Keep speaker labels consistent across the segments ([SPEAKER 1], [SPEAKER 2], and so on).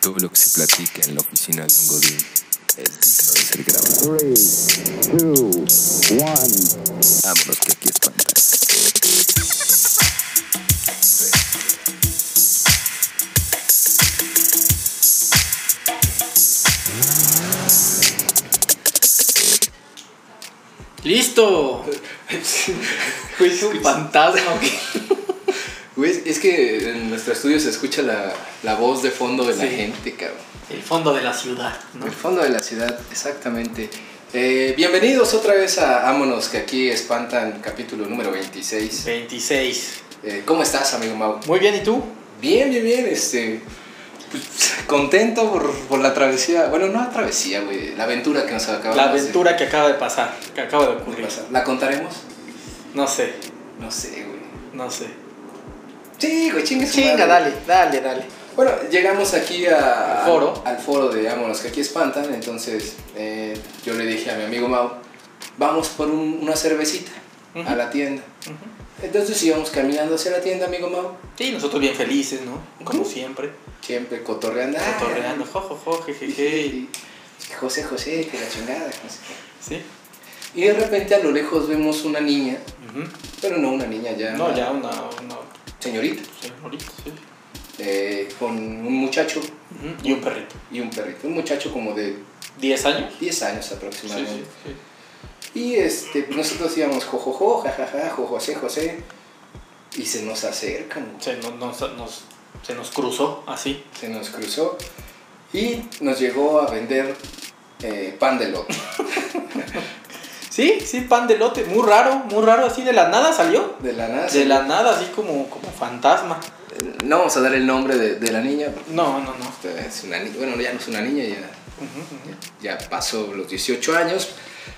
[SPEAKER 1] Todo lo que se platica en la oficina de un godín es digno de ser grabado.
[SPEAKER 2] 3, 2, 1.
[SPEAKER 1] Vámonos que aquí espanta.
[SPEAKER 3] ¡Listo!
[SPEAKER 4] Güey, es un pan-
[SPEAKER 3] Fantasma, ¿o qué?
[SPEAKER 4] Güey, es- es que en nuestro estudio se escucha la, la voz de fondo de la
[SPEAKER 3] Sí.
[SPEAKER 4] gente, cabrón.
[SPEAKER 3] El fondo de la ciudad, ¿no?
[SPEAKER 4] El fondo de la ciudad, exactamente. Eh, bienvenidos otra vez a Ámonos, que aquí espantan, capítulo número 26.
[SPEAKER 3] 26.
[SPEAKER 4] Eh, ¿Cómo estás, amigo Mau?
[SPEAKER 3] Muy bien, ¿y tú?
[SPEAKER 4] Bien, bien, bien, este... pues, Contento por, por la travesía, bueno, no la travesía, güey, la aventura que nos acaba
[SPEAKER 3] La
[SPEAKER 4] de hacer.
[SPEAKER 3] aventura que acaba de pasar, que acaba de
[SPEAKER 4] ¿Qué
[SPEAKER 3] ocurrir.
[SPEAKER 4] pasa? ¿La contaremos?
[SPEAKER 3] No sé,
[SPEAKER 4] No sé, güey.
[SPEAKER 3] no sé.
[SPEAKER 4] Sí, güey, chingue su
[SPEAKER 3] Chinga,
[SPEAKER 4] madre.
[SPEAKER 3] dale, dale, dale.
[SPEAKER 4] Bueno, llegamos aquí a-
[SPEAKER 3] Al foro.
[SPEAKER 4] al foro de Ámonos que aquí espantan, entonces eh, yo le dije a mi amigo Mau, vamos por un- una cervecita
[SPEAKER 3] Ujú.
[SPEAKER 4] a la tienda. Entonces íbamos caminando hacia la tienda, amigo Mau,
[SPEAKER 3] Sí, nosotros bien felices, ¿no? Como
[SPEAKER 4] Ujú.
[SPEAKER 3] siempre.
[SPEAKER 4] siempre cotorreando. "Ah,
[SPEAKER 3] Cotorreando, jo, jo, jo, je, je, je, y-
[SPEAKER 4] José, José, que la chingada. que no sé qué.
[SPEAKER 3] ¿Sí?
[SPEAKER 4] Y de repente a lo lejos vemos una niña,
[SPEAKER 3] Ujú.
[SPEAKER 4] pero no una niña ya,
[SPEAKER 3] No,
[SPEAKER 4] una
[SPEAKER 3] ya una, una
[SPEAKER 4] señorita,
[SPEAKER 3] señorita, sí.
[SPEAKER 4] eh, con un muchacho
[SPEAKER 3] Ujú, Y un perrito.
[SPEAKER 4] y un perrito. Un muchacho como de
[SPEAKER 3] ¿10 años?
[SPEAKER 4] 10 años
[SPEAKER 3] Sí,
[SPEAKER 4] aproximadamente.
[SPEAKER 3] sí, sí.
[SPEAKER 4] Y este, pues, nosotros íbamos jojojo, jajaja, jojosé, José. Y se nos acercan, güey.
[SPEAKER 3] Se nos, nos- nos- se nos cruzó así.
[SPEAKER 4] se nos cruzó y nos llegó a vender eh, pan de lote.
[SPEAKER 3] Sí, sí, pan de lote, muy raro, muy raro, así de la nada salió.
[SPEAKER 4] De la nada.
[SPEAKER 3] De la nada, así como, como fantasma.
[SPEAKER 4] No vamos a dar el nombre de, de la niña. porque
[SPEAKER 3] No, no, no.
[SPEAKER 4] esta Es una ni- bueno, ya no es una niña, ya,
[SPEAKER 3] Ujú, ujú.
[SPEAKER 4] ya pasó los 18 años.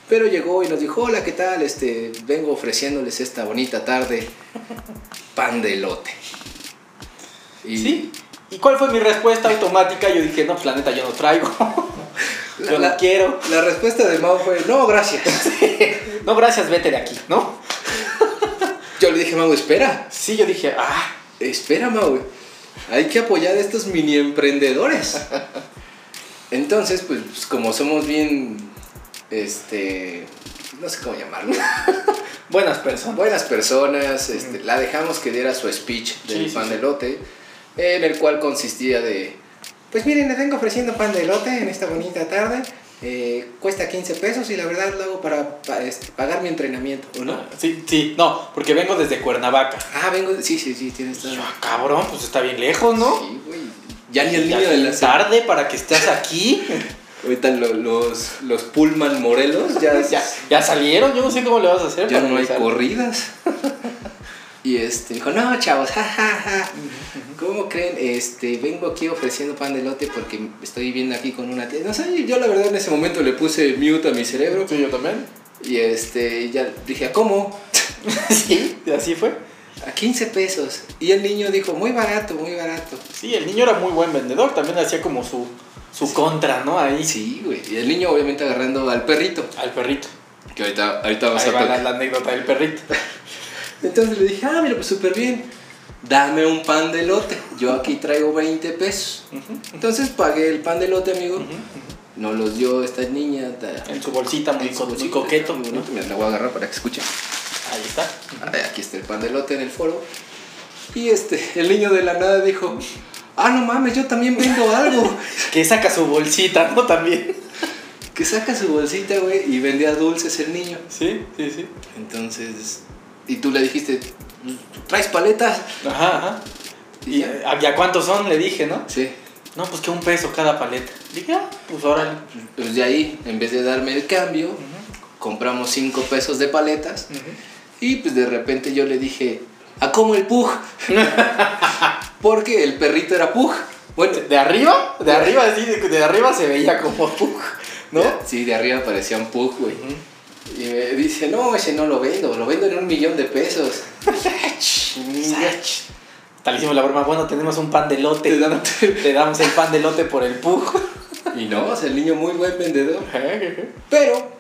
[SPEAKER 4] Pero llegó y nos dijo, hola, ¿qué tal? Este, vengo ofreciéndoles esta bonita tarde pan de lote. Y
[SPEAKER 3] ¿Sí? ¿Y cuál fue mi respuesta automática? Yo dije, no, pues la neta, yo no traigo.
[SPEAKER 4] La-
[SPEAKER 3] yo no
[SPEAKER 4] la-
[SPEAKER 3] quiero.
[SPEAKER 4] La respuesta de Mao fue, no, gracias.
[SPEAKER 3] No, gracias, vete de aquí, ¿no?
[SPEAKER 4] Yo le dije, Mau, espera,
[SPEAKER 3] Sí, yo dije, ah,
[SPEAKER 4] espera, Mau. Hay que apoyar a estos mini emprendedores. Entonces, pues, pues, como somos bien, este, no sé cómo llamarlo,
[SPEAKER 3] buenas personas.
[SPEAKER 4] buenas personas, este, la dejamos que diera su speech del
[SPEAKER 3] Sí, sí,
[SPEAKER 4] pan
[SPEAKER 3] sí.
[SPEAKER 4] de elote, en el cual consistía de, pues miren, les vengo ofreciendo pan de elote en esta bonita tarde. eh, cuesta 15 pesos y la verdad lo hago para, pa- este, pagar mi entrenamiento, ¿o no?
[SPEAKER 3] Ah, Sí, sí, no, porque vengo desde Cuernavaca.
[SPEAKER 4] Ah, vengo, de- sí, sí, sí, tienes
[SPEAKER 3] Y
[SPEAKER 4] toda
[SPEAKER 3] yo,
[SPEAKER 4] la-
[SPEAKER 3] ah, cabrón, pues está bien lejos, ¿no?
[SPEAKER 4] Sí, güey. Ya ni el
[SPEAKER 3] Ya
[SPEAKER 4] niño de
[SPEAKER 3] bien
[SPEAKER 4] la tarde.
[SPEAKER 3] tarde para que estés aquí.
[SPEAKER 4] Ahorita lo- los, los Pullman Morelos ya,
[SPEAKER 3] ya, ya salieron, yo no sé cómo le vas a hacer.
[SPEAKER 4] ya
[SPEAKER 3] para
[SPEAKER 4] no hay
[SPEAKER 3] regresar.
[SPEAKER 4] corridas. y este dijo, no, chavos, jajaja. ¿Cómo creen? Este, vengo aquí ofreciendo pan de lote porque estoy viendo aquí con una tía. No sé, yo la verdad en ese momento le puse mute a mi cerebro.
[SPEAKER 3] Sí, yo también.
[SPEAKER 4] Y este, ya dije, ¿cómo?
[SPEAKER 3] sí, así fue.
[SPEAKER 4] A 15 pesos. Y el niño dijo, muy barato, muy barato.
[SPEAKER 3] Sí, el niño era muy buen vendedor, también hacía como su, su contra, ¿no? Ahí
[SPEAKER 4] Sí, güey. Y el niño obviamente agarrando al perrito.
[SPEAKER 3] al perrito.
[SPEAKER 4] Que ahorita, ahorita vamos
[SPEAKER 3] Ahí
[SPEAKER 4] a
[SPEAKER 3] va
[SPEAKER 4] tocar.
[SPEAKER 3] la, la anécdota del perrito.
[SPEAKER 4] Entonces le dije, ah, mira, pues súper bien. Dame un pan de lote. Yo aquí traigo 20 pesos. Entonces pagué el pan de lote, amigo. Nos los dio esta niña. ta-
[SPEAKER 3] En su bolsita muy,
[SPEAKER 4] en
[SPEAKER 3] co-
[SPEAKER 4] su
[SPEAKER 3] muy
[SPEAKER 4] bolsita,
[SPEAKER 3] coqueto.
[SPEAKER 4] muy
[SPEAKER 3] ¿no?
[SPEAKER 4] bonito. Mira, la voy a agarrar para que escuchen.
[SPEAKER 3] Ahí está.
[SPEAKER 4] A ver, aquí está el pan de lote en el foro. Y este, el niño de la nada dijo, ah, no mames, yo también vendo algo.
[SPEAKER 3] Que saca su bolsita, ¿no? También.
[SPEAKER 4] que saca su bolsita, güey, y vendía dulces el niño.
[SPEAKER 3] Sí, sí, sí.
[SPEAKER 4] Entonces, y tú le dijiste, ¿traes paletas?
[SPEAKER 3] Ajá, ajá. ¿Y eh, ¿y a cuántos son? Le dije, ¿no?
[SPEAKER 4] Sí.
[SPEAKER 3] No, pues que un peso cada paleta. Dije, ah, pues órale.
[SPEAKER 4] Pues de ahí, en vez de darme el cambio, compramos 5 pesos de paletas. Y pues de repente yo le dije, ¿a cómo el pug? Porque el perrito era pug. Bueno,
[SPEAKER 3] De arriba, de arriba, así, de, de arriba se veía como pug, ¿no?
[SPEAKER 4] Sí, de arriba parecía un pug, güey. Y me dice, no, ese no lo vendo, lo vendo en un millón de pesos.
[SPEAKER 3] Chinga. Tal hicimos la broma, bueno, tenemos un pan de lote. Te damos el pan de lote por el pug.
[SPEAKER 4] y no, o sea, el niño muy buen vendedor. Pero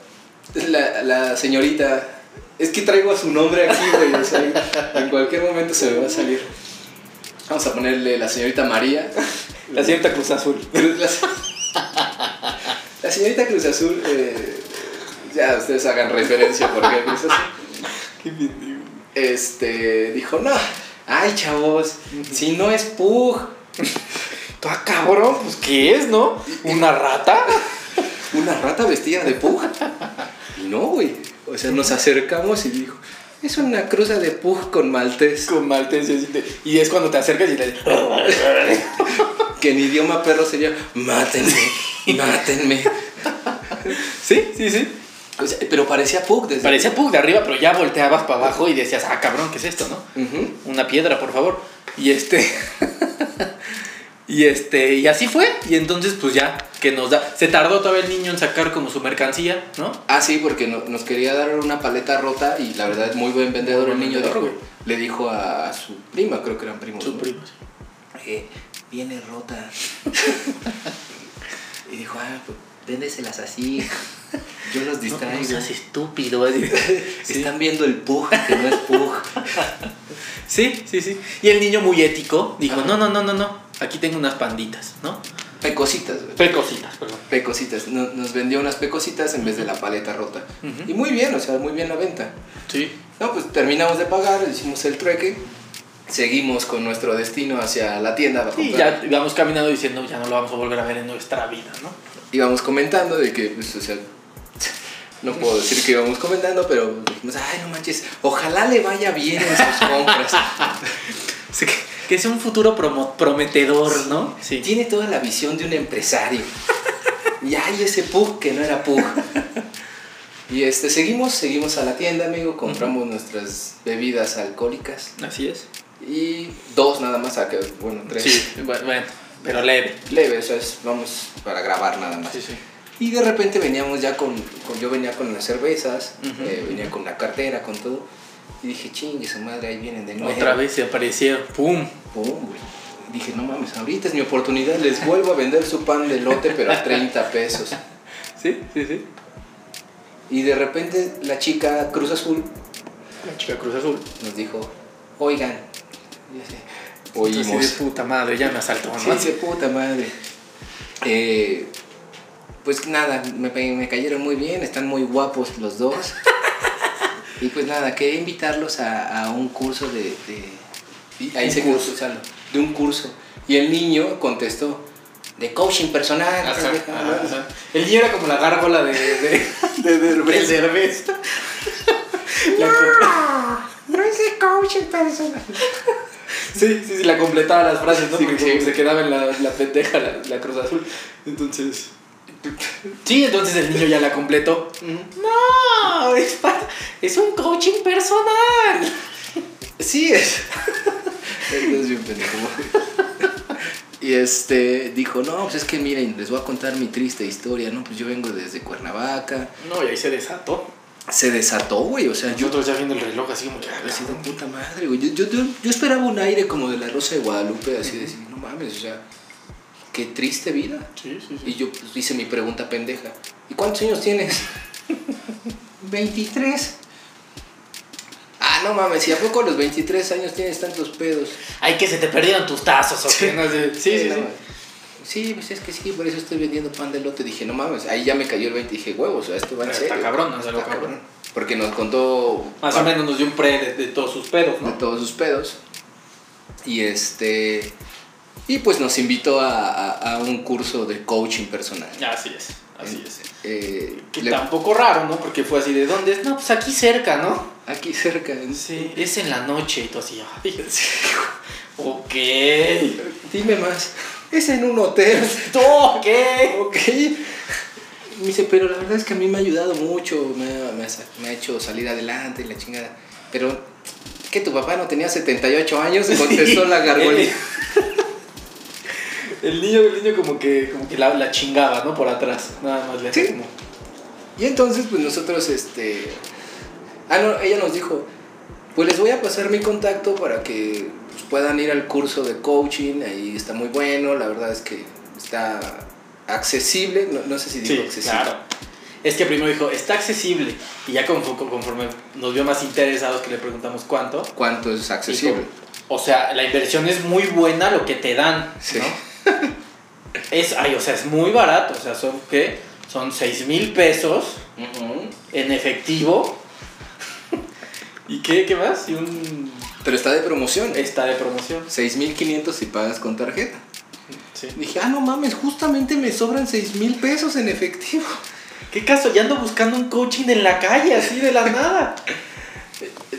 [SPEAKER 4] la, la señorita, es que traigo su nombre aquí, güey, o sea, en cualquier momento se me va a salir. Vamos a ponerle la señorita María.
[SPEAKER 3] La señorita Cruz Azul.
[SPEAKER 4] Pero La, la señorita Cruz Azul, eh, ya ustedes hagan referencia porque Cruz Azul,
[SPEAKER 3] Qué pendejo.
[SPEAKER 4] este, dijo, no, ay chavos, si no es Pug,
[SPEAKER 3] Tú, ah, cabrón, pues ¿qué es, no? ¿Una rata?
[SPEAKER 4] una rata vestida de Pug. Y no, güey, o sea, nos acercamos y dijo, es una cruza de Pug con maltés,
[SPEAKER 3] Con maltés y así te- Y es cuando te acercas y le
[SPEAKER 4] que en idioma perro sería, mátenme, mátenme.
[SPEAKER 3] Sí, sí, sí.
[SPEAKER 4] O sea, pero parecía Pug desde...
[SPEAKER 3] Parecía Pug de arriba, pero ya volteabas para abajo y decías, ah, cabrón, ¿qué es esto, no?
[SPEAKER 4] Ujú.
[SPEAKER 3] Una piedra, por favor. Y este. y este. Y así fue. Y entonces, pues ya, que nos da. Se tardó todavía el niño en sacar como su mercancía, ¿no?
[SPEAKER 4] Ah, sí, porque no- nos quería dar una paleta rota y la verdad es muy buen vendedor
[SPEAKER 3] Muy
[SPEAKER 4] el
[SPEAKER 3] buen
[SPEAKER 4] niño.
[SPEAKER 3] vendedor,
[SPEAKER 4] dijo- le dijo a su prima, creo que eran primos.
[SPEAKER 3] Sus
[SPEAKER 4] ¿no?
[SPEAKER 3] primos.
[SPEAKER 4] Eh, viene rota. y dijo, ah, pues véndeselas así. Yo los
[SPEAKER 3] No,
[SPEAKER 4] distraigo.
[SPEAKER 3] no seas estúpido. así. Sí.
[SPEAKER 4] Están viendo el pug, que no es pug.
[SPEAKER 3] Sí, sí, sí. Y el niño muy ético dijo,
[SPEAKER 4] Ajá.
[SPEAKER 3] no, no, no, no, no. Aquí tengo unas panditas, ¿no?
[SPEAKER 4] Pecositas, güey.
[SPEAKER 3] Pecositas, perdón.
[SPEAKER 4] Pecositas. No- nos vendió unas pecositas en vez de la paleta rota.
[SPEAKER 3] Ujú.
[SPEAKER 4] Y muy bien, o sea, muy bien la venta.
[SPEAKER 3] Sí.
[SPEAKER 4] No, pues terminamos de pagar, hicimos el trueque, seguimos con nuestro destino hacia la tienda. para
[SPEAKER 3] Y
[SPEAKER 4] comprar.
[SPEAKER 3] ya íbamos caminando diciendo, ya no lo vamos a volver a ver en nuestra vida, ¿no?
[SPEAKER 4] Íbamos comentando de que, pues, o sea, no puedo decir que íbamos comentando, pero dijimos, ay, no manches, ojalá le vaya bien en sus compras.
[SPEAKER 3] Así que, que es un futuro promo- prometedor, ¿no? Sí.
[SPEAKER 4] Tiene toda la visión de un empresario. Y hay ese pug que no era pug. Y este, seguimos, seguimos a la tienda, amigo, compramos nuestras bebidas alcohólicas.
[SPEAKER 3] Así es.
[SPEAKER 4] Y dos nada más, ah, que- bueno, tres.
[SPEAKER 3] Sí, bu- bueno, pero leve.
[SPEAKER 4] leve, o sea, es- vamos para grabar nada más.
[SPEAKER 3] Sí, sí.
[SPEAKER 4] Y de repente veníamos ya con, con- yo venía con las cervezas,
[SPEAKER 3] Ujú.
[SPEAKER 4] eh, venía con la cartera, con todo. Y dije, chingue su madre, ahí vienen de nuevo.
[SPEAKER 3] Otra vez se aparecieron. ¡Pum!
[SPEAKER 4] Pum, güey. Dije, no mames, ahorita es mi oportunidad, les vuelvo a vender su pan de lote, pero a 30 pesos.
[SPEAKER 3] Sí, sí, sí.
[SPEAKER 4] Y de repente la chica Cruz Azul
[SPEAKER 3] La chica Cruz Azul.
[SPEAKER 4] nos dijo, oigan, Y así,
[SPEAKER 3] Así de
[SPEAKER 4] oímos.
[SPEAKER 3] puta madre, ya me asaltó, ¿no?
[SPEAKER 4] Sí, de puta madre. Eh, pues nada, me, pe- me cayeron muy bien, están muy guapos los dos. y pues nada, quería invitarlos a, a un curso de. de- y ahí
[SPEAKER 3] Un
[SPEAKER 4] se quedó Susana, De un curso. Y el niño contestó: de coaching personal. "Ah,
[SPEAKER 3] Ajá,
[SPEAKER 4] pendeja,
[SPEAKER 3] ajá,
[SPEAKER 4] ¿no?
[SPEAKER 3] ajá. El niño era como la gárgola de, de, de, de cerveza. La com-
[SPEAKER 4] No es de coaching personal.
[SPEAKER 3] sí, sí, sí, la completaba las frases, ¿no?
[SPEAKER 4] Sí,
[SPEAKER 3] Porque
[SPEAKER 4] sí.
[SPEAKER 3] como se quedaba en la, la pendeja, la, la cruz azul. Entonces. Sí, entonces el niño ya la completó. No, es, pa- es un coaching personal.
[SPEAKER 4] Sí es. Entonces, bien pendejo. Y este dijo, no, pues es que miren, les voy a contar mi triste historia, ¿no? Pues yo vengo desde Cuernavaca.
[SPEAKER 3] No, y ahí se desató.
[SPEAKER 4] Se desató, güey, o sea, yo...
[SPEAKER 3] Nosotros ya viendo el reloj así como que. ah,
[SPEAKER 4] Así de
[SPEAKER 3] cabrón.
[SPEAKER 4] puta madre, güey. Yo, yo- yo- yo esperaba un aire como de la Rosa de Guadalupe, así de decir, no mames, o sea, qué triste vida.
[SPEAKER 3] Sí, sí, sí.
[SPEAKER 4] Y yo pues, hice mi pregunta pendeja. ¿Y cuántos años tienes? 23. Ah, no mames, ¿y a poco a los 23 años tienes tantos pedos? Eh,
[SPEAKER 3] Ay, que se te perdieron tus tazos, ¿o qué? No sé. Sí, sí,
[SPEAKER 4] no,
[SPEAKER 3] sí.
[SPEAKER 4] Sí, pues es que sí, por eso estoy vendiendo pan de lote. Dije, no mames, ahí ya me cayó el 20 y dije, huevos, o sea, esto va en
[SPEAKER 3] Está
[SPEAKER 4] serio.
[SPEAKER 3] cabrón, o sea, lo
[SPEAKER 4] Está
[SPEAKER 3] cabrón.
[SPEAKER 4] Porque nos contó
[SPEAKER 3] Más o
[SPEAKER 4] parte
[SPEAKER 3] menos nos dio un pre de, de todos sus pedos,
[SPEAKER 4] de
[SPEAKER 3] ¿no?
[SPEAKER 4] todos sus pedos. Y este. Y pues nos invitó a, a- a un curso de coaching personal.
[SPEAKER 3] Así es, así es.
[SPEAKER 4] Eh,
[SPEAKER 3] Que
[SPEAKER 4] le-
[SPEAKER 3] tampoco raro, ¿no? Porque fue así de dónde es. No, pues aquí cerca, ¿no?
[SPEAKER 4] aquí cerca.
[SPEAKER 3] Sí, es en la noche y tú así. Ay, ok.
[SPEAKER 4] Dime más. Es en un hotel.
[SPEAKER 3] ¿Tú qué?
[SPEAKER 4] Ok. Me dice, pero la verdad es que a mí me ha ayudado mucho, me ha, me ha sa- me ha hecho salir adelante y la chingada. Pero, ¿que tu papá no tenía 78 años? Contestó la
[SPEAKER 3] El,
[SPEAKER 4] gargolita.
[SPEAKER 3] el niño, el niño como que, como que la, la chingaba, ¿no? Por atrás. Nada más le hacía
[SPEAKER 4] Sí.
[SPEAKER 3] como.
[SPEAKER 4] Y entonces, pues nosotros, este. Ah, no, ella nos dijo, pues les voy a pasar mi contacto para que pues, puedan ir al curso de coaching, ahí está muy bueno, la verdad es que está accesible, no, no sé si digo
[SPEAKER 3] Sí,
[SPEAKER 4] accesible.
[SPEAKER 3] claro. Es que primero dijo, está accesible. Y ya conforme, conforme nos vio más interesados que le preguntamos cuánto.
[SPEAKER 4] ¿Cuánto es accesible?
[SPEAKER 3] O sea, la inversión es muy buena lo que te dan,
[SPEAKER 4] Sí.
[SPEAKER 3] ¿no? Es, ay, o sea, es muy barato. O sea, son, ¿qué? Son 6 mil pesos
[SPEAKER 4] Ujú.
[SPEAKER 3] en efectivo. ¿Y qué, qué más? Y un...
[SPEAKER 4] Pero está de promoción. Es
[SPEAKER 3] Está de promoción.
[SPEAKER 4] 6.500 si pagas con tarjeta.
[SPEAKER 3] Sí.
[SPEAKER 4] Dije, ah, no mames, justamente me sobran 6 mil pesos en efectivo.
[SPEAKER 3] ¿Qué caso? Ya ando buscando un coaching en la calle, así de la nada.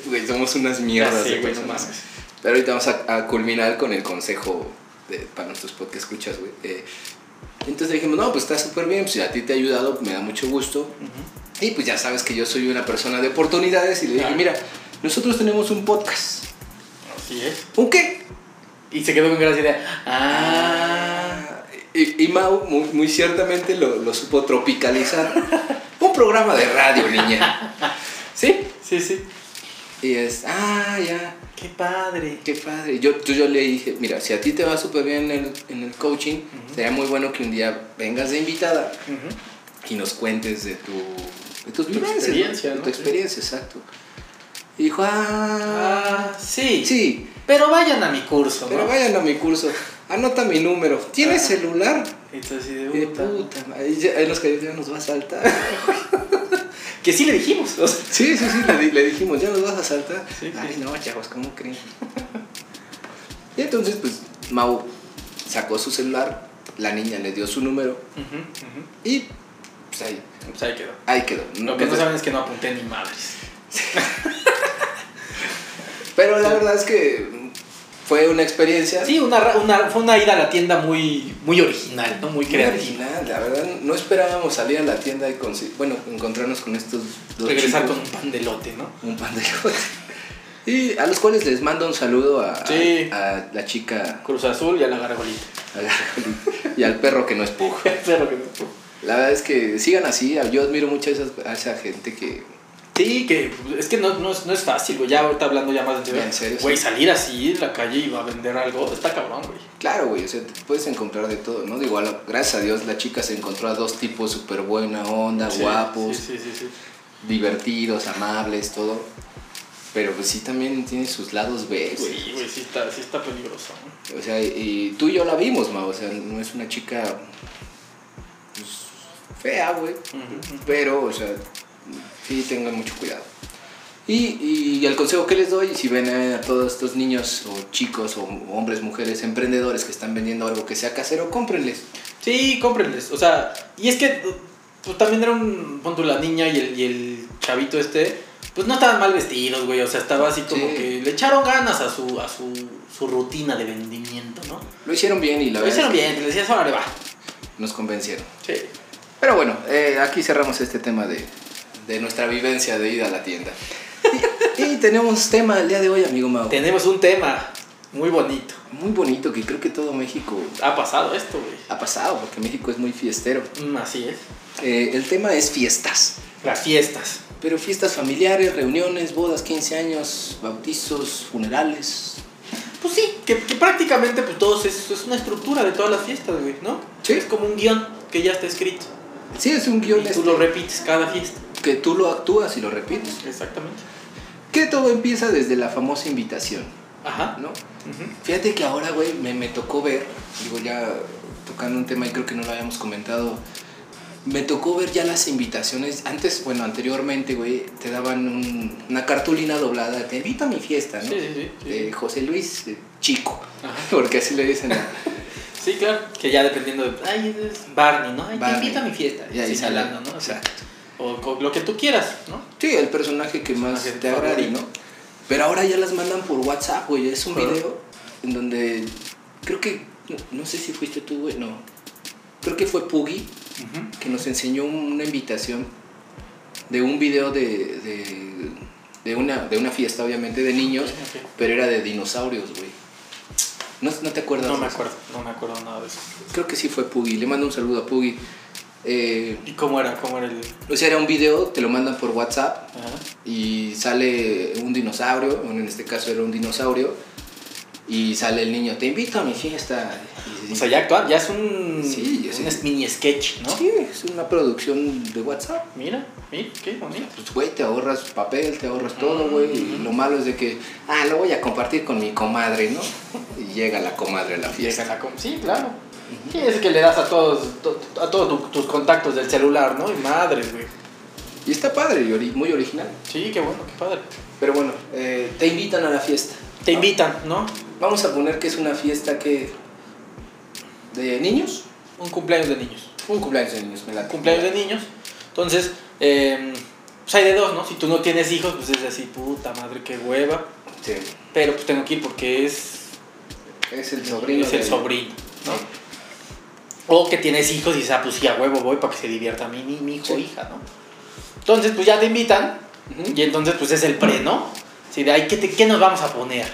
[SPEAKER 4] Güey, somos unas mierdas
[SPEAKER 3] Ya sé,
[SPEAKER 4] de
[SPEAKER 3] güey, no
[SPEAKER 4] personas.
[SPEAKER 3] mames.
[SPEAKER 4] Pero ahorita vamos a, a culminar con el consejo de- para nuestros podcast escuchas, güey. Eh, entonces dijimos, no, pues está súper bien, si a ti te ha ayudado, me da mucho gusto. Y pues ya sabes que yo soy una persona de oportunidades y le dije,
[SPEAKER 3] Claro.
[SPEAKER 4] mira, nosotros tenemos un podcast.
[SPEAKER 3] Así es.
[SPEAKER 4] ¿Un qué?
[SPEAKER 3] Y se quedó con gracia de... Ah...
[SPEAKER 4] Y, y Mau muy, muy ciertamente lo, lo supo tropicalizar. un programa de radio, niña.
[SPEAKER 3] Sí, sí, sí.
[SPEAKER 4] Y es, ah, ya.
[SPEAKER 3] Qué padre.
[SPEAKER 4] Qué padre. Yo, yo, yo le dije, mira, si a ti te va súper bien en el, en el coaching, sería muy bueno que un día vengas de invitada y nos cuentes de tu de tus
[SPEAKER 3] Tu
[SPEAKER 4] vivencias, ¿no?
[SPEAKER 3] experiencia,
[SPEAKER 4] De
[SPEAKER 3] ¿no?
[SPEAKER 4] tu
[SPEAKER 3] Sí.
[SPEAKER 4] experiencia, exacto. Y dijo, ah,
[SPEAKER 3] Ah, sí.
[SPEAKER 4] sí,
[SPEAKER 3] Pero vayan a mi curso,
[SPEAKER 4] pero
[SPEAKER 3] ¿no?
[SPEAKER 4] vayan a mi curso, anota mi número. ¿Tienes
[SPEAKER 3] Ah.
[SPEAKER 4] celular?
[SPEAKER 3] Entonces, sí, de
[SPEAKER 4] Y de
[SPEAKER 3] puta.
[SPEAKER 4] puta, madre, ahí ya- ahí nos cayó, ya nos va a saltar.
[SPEAKER 3] Que sí le dijimos. o sea,
[SPEAKER 4] Sí, sí, sí, le, di- le dijimos, ya nos vas a saltar.
[SPEAKER 3] Sí,
[SPEAKER 4] Ay,
[SPEAKER 3] sí.
[SPEAKER 4] no, chavos, ¿cómo creen? y entonces, pues, Mau sacó su celular, la niña le dio su número
[SPEAKER 3] ujú, ujú.
[SPEAKER 4] y pues ahí,
[SPEAKER 3] Pues ahí quedó.
[SPEAKER 4] ahí quedó.
[SPEAKER 3] Lo que no pues saben es que no apunté ni madres.
[SPEAKER 4] Pero la verdad es que fue una experiencia
[SPEAKER 3] Sí, una, ra- una- fue una ida a la tienda muy, muy original, ¿no? Muy
[SPEAKER 4] muy
[SPEAKER 3] creativa.
[SPEAKER 4] original, la verdad. No esperábamos salir a la tienda y consi- bueno, encontrarnos con estos dos
[SPEAKER 3] Regresar
[SPEAKER 4] chicos,
[SPEAKER 3] con un pan de lote, ¿no?
[SPEAKER 4] un pan de elote. Y a los cuales les mando un saludo a,
[SPEAKER 3] Sí.
[SPEAKER 4] a la chica
[SPEAKER 3] Cruz Azul y a la gargolita.
[SPEAKER 4] a la- y al perro que no es pujo.
[SPEAKER 3] Pero que no.
[SPEAKER 4] La verdad es que sigan así, yo admiro mucho a, esas- a esa gente que...
[SPEAKER 3] Sí, que pues, es que no, no, es, no es fácil, güey. Ya ahorita hablando ya más de
[SPEAKER 4] En serio,
[SPEAKER 3] Güey,
[SPEAKER 4] sí.
[SPEAKER 3] salir así en la calle y va a vender algo, está cabrón, güey.
[SPEAKER 4] Claro, güey, o sea, te puedes encontrar de todo, ¿no? Digo, a la- gracias a Dios la chica se encontró a dos tipos súper buena onda,
[SPEAKER 3] Sí,
[SPEAKER 4] guapos,
[SPEAKER 3] Sí, sí, sí, sí.
[SPEAKER 4] divertidos, amables, todo. Pero pues sí también tiene sus lados B, güey.
[SPEAKER 3] Sí, güey, sí está, sí está peligroso. ¿no?
[SPEAKER 4] O sea, y tú y yo la vimos, ma, o sea, no es una chica pues, fea, güey. Pero, o sea, sí tengan mucho cuidado. Y, y el consejo que les doy, si ven a todos estos niños o chicos o hombres, mujeres, emprendedores que están vendiendo algo que sea casero, cómprenles.
[SPEAKER 3] Sí, cómprenles. O sea, y es que pues, también era un. Punto la niña y el, y el chavito este. Pues no estaban mal vestidos, güey. O sea, estaba así como
[SPEAKER 4] Sí.
[SPEAKER 3] que le echaron ganas a su, a su, su rutina de vendimiento, ¿no?
[SPEAKER 4] Lo hicieron bien y la
[SPEAKER 3] Lo
[SPEAKER 4] verdad
[SPEAKER 3] hicieron
[SPEAKER 4] es
[SPEAKER 3] bien, le decías, ahora le va.
[SPEAKER 4] que nos convencieron.
[SPEAKER 3] Sí.
[SPEAKER 4] Pero bueno, eh, aquí cerramos este tema de, de nuestra vivencia de ir a la tienda. Y, y tenemos tema el día de hoy, amigo Mau.
[SPEAKER 3] Tenemos un tema muy bonito.
[SPEAKER 4] Muy bonito que creo que todo México
[SPEAKER 3] Ha pasado esto, güey.
[SPEAKER 4] ha pasado, porque México es muy fiestero.
[SPEAKER 3] Mm, así es.
[SPEAKER 4] Eh, el tema es fiestas.
[SPEAKER 3] Las fiestas.
[SPEAKER 4] Pero fiestas familiares, reuniones, bodas, 15 años, bautizos, funerales.
[SPEAKER 3] Pues sí, que, que prácticamente pues todos es, es una estructura de todas las fiestas, güey, ¿no?
[SPEAKER 4] Sí.
[SPEAKER 3] Es como un guión que ya está escrito.
[SPEAKER 4] Sí, es un guión
[SPEAKER 3] Y tú
[SPEAKER 4] este,
[SPEAKER 3] lo repites cada fiesta.
[SPEAKER 4] que tú lo actúas y lo repites.
[SPEAKER 3] Exactamente.
[SPEAKER 4] Que todo empieza desde la famosa invitación,
[SPEAKER 3] Ajá.
[SPEAKER 4] ¿no?
[SPEAKER 3] Ujú.
[SPEAKER 4] Fíjate que ahora, güey, me, me tocó ver, digo ya tocando un tema y creo que no lo habíamos comentado, me tocó ver ya las invitaciones. Antes, bueno, anteriormente, güey, te daban un- una cartulina doblada, te invito a mi fiesta, ¿no?
[SPEAKER 3] Sí, sí, sí, sí.
[SPEAKER 4] De José Luis eh, Chico,
[SPEAKER 3] Ajá.
[SPEAKER 4] porque así le dicen a,
[SPEAKER 3] Sí, claro. Que ya dependiendo de. Ay, es Barney, ¿no? Ay,
[SPEAKER 4] Barney.
[SPEAKER 3] te invito a mi fiesta.
[SPEAKER 4] Y ahí sale.
[SPEAKER 3] señalando, ¿no? O sea,
[SPEAKER 4] Exacto.
[SPEAKER 3] o co- lo que tú quieras, ¿no?
[SPEAKER 4] Sí, el personaje que más
[SPEAKER 3] Personaje
[SPEAKER 4] te agrade,
[SPEAKER 3] favorito.
[SPEAKER 4] ¿no? Pero ahora ya las mandan por WhatsApp, güey. Es un
[SPEAKER 3] Claro.
[SPEAKER 4] video en donde creo que, no, no sé si fuiste tú, güey, no. Creo que fue Puggy que nos enseñó un- una invitación de un video de, de, de una, de una fiesta, obviamente, de niños,
[SPEAKER 3] Ok, ok.
[SPEAKER 4] pero era de dinosaurios, güey. No, no te acuerdas.
[SPEAKER 3] No me
[SPEAKER 4] de eso?
[SPEAKER 3] acuerdo, no me acuerdo nada de eso.
[SPEAKER 4] Creo que sí fue Puggy. Le mando un saludo a Puggy. Eh,
[SPEAKER 3] ¿Y cómo era? ¿Cómo era el.?
[SPEAKER 4] o sea, era un video, te lo mandan por WhatsApp
[SPEAKER 3] Ajá.
[SPEAKER 4] y sale un dinosaurio, bueno, en este caso era un dinosaurio, y sale el niño, te invito a mi fiesta. Y-
[SPEAKER 3] O sea, ya actuar, ya es un.
[SPEAKER 4] Sí, ya
[SPEAKER 3] un
[SPEAKER 4] sí.
[SPEAKER 3] es- mini sketch, ¿no?
[SPEAKER 4] Sí, es una producción de WhatsApp.
[SPEAKER 3] Mira, mira, qué bonito.
[SPEAKER 4] Pues, güey, te ahorras papel, te ahorras
[SPEAKER 3] Mm,
[SPEAKER 4] todo, güey. Y lo malo es de que, ah, lo voy a compartir con mi comadre, ¿no? Y llega la comadre a la
[SPEAKER 3] Y esa
[SPEAKER 4] fiesta.
[SPEAKER 3] es la com- Sí, claro. Sí, es que le das a todos, to- a todos tu- tus contactos del celular, ¿no? Y madre, güey.
[SPEAKER 4] Y está padre, y ori- muy original.
[SPEAKER 3] Sí, qué bueno, qué padre.
[SPEAKER 4] Pero bueno, eh, te invitan a la fiesta. Ah,
[SPEAKER 3] Te invitan, ¿no?
[SPEAKER 4] Vamos a poner que es una fiesta que... ¿De niños?
[SPEAKER 3] Un cumpleaños de niños.
[SPEAKER 4] Un cumpleaños de niños, me la
[SPEAKER 3] Cumpleaños de niños. Entonces, eh, pues hay de dos, ¿no? Si tú no tienes hijos, pues es así, puta madre, qué hueva.
[SPEAKER 4] Sí,
[SPEAKER 3] Pero pues tengo que ir porque es,
[SPEAKER 4] es el sobrino.
[SPEAKER 3] es el
[SPEAKER 4] de-
[SPEAKER 3] sobrino, ¿no? O que tienes hijos y dices, ah, pues sí, a huevo voy para que se divierta mi, ni- mi hijo
[SPEAKER 4] Sí.
[SPEAKER 3] o hija, ¿no? Entonces, pues ya te invitan
[SPEAKER 4] Ujú.
[SPEAKER 3] y entonces, pues es el pre, ¿no? Así de, ay, ¿qué, te- qué nos vamos a poner?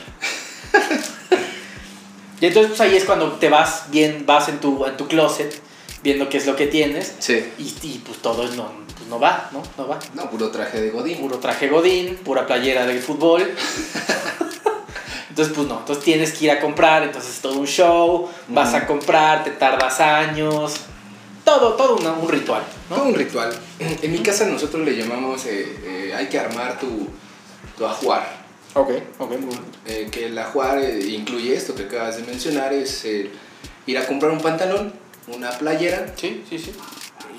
[SPEAKER 3] y entonces, pues ahí es cuando te vas bien, vas en tu, en tu closet, viendo qué es lo que tienes
[SPEAKER 4] Sí.
[SPEAKER 3] y, y, pues todo es no, pues, no va, ¿no? No va.
[SPEAKER 4] No, puro traje de godín.
[SPEAKER 3] Puro traje godín, pura playera de fútbol. Entonces, pues no, entonces tienes que ir a comprar, entonces es todo un show, vas
[SPEAKER 4] Ujú.
[SPEAKER 3] a comprar, te tardas años, todo, todo una- un ritual,
[SPEAKER 4] Todo
[SPEAKER 3] ¿no?
[SPEAKER 4] un ritual. En mi casa nosotros le llamamos, eh, eh, hay que armar tu, tu ajuar.
[SPEAKER 3] Ok, ok, muy bueno.
[SPEAKER 4] Eh, que el ajuar eh, incluye esto que acabas de mencionar, es eh, ir a comprar un pantalón, una playera
[SPEAKER 3] Sí, sí, sí.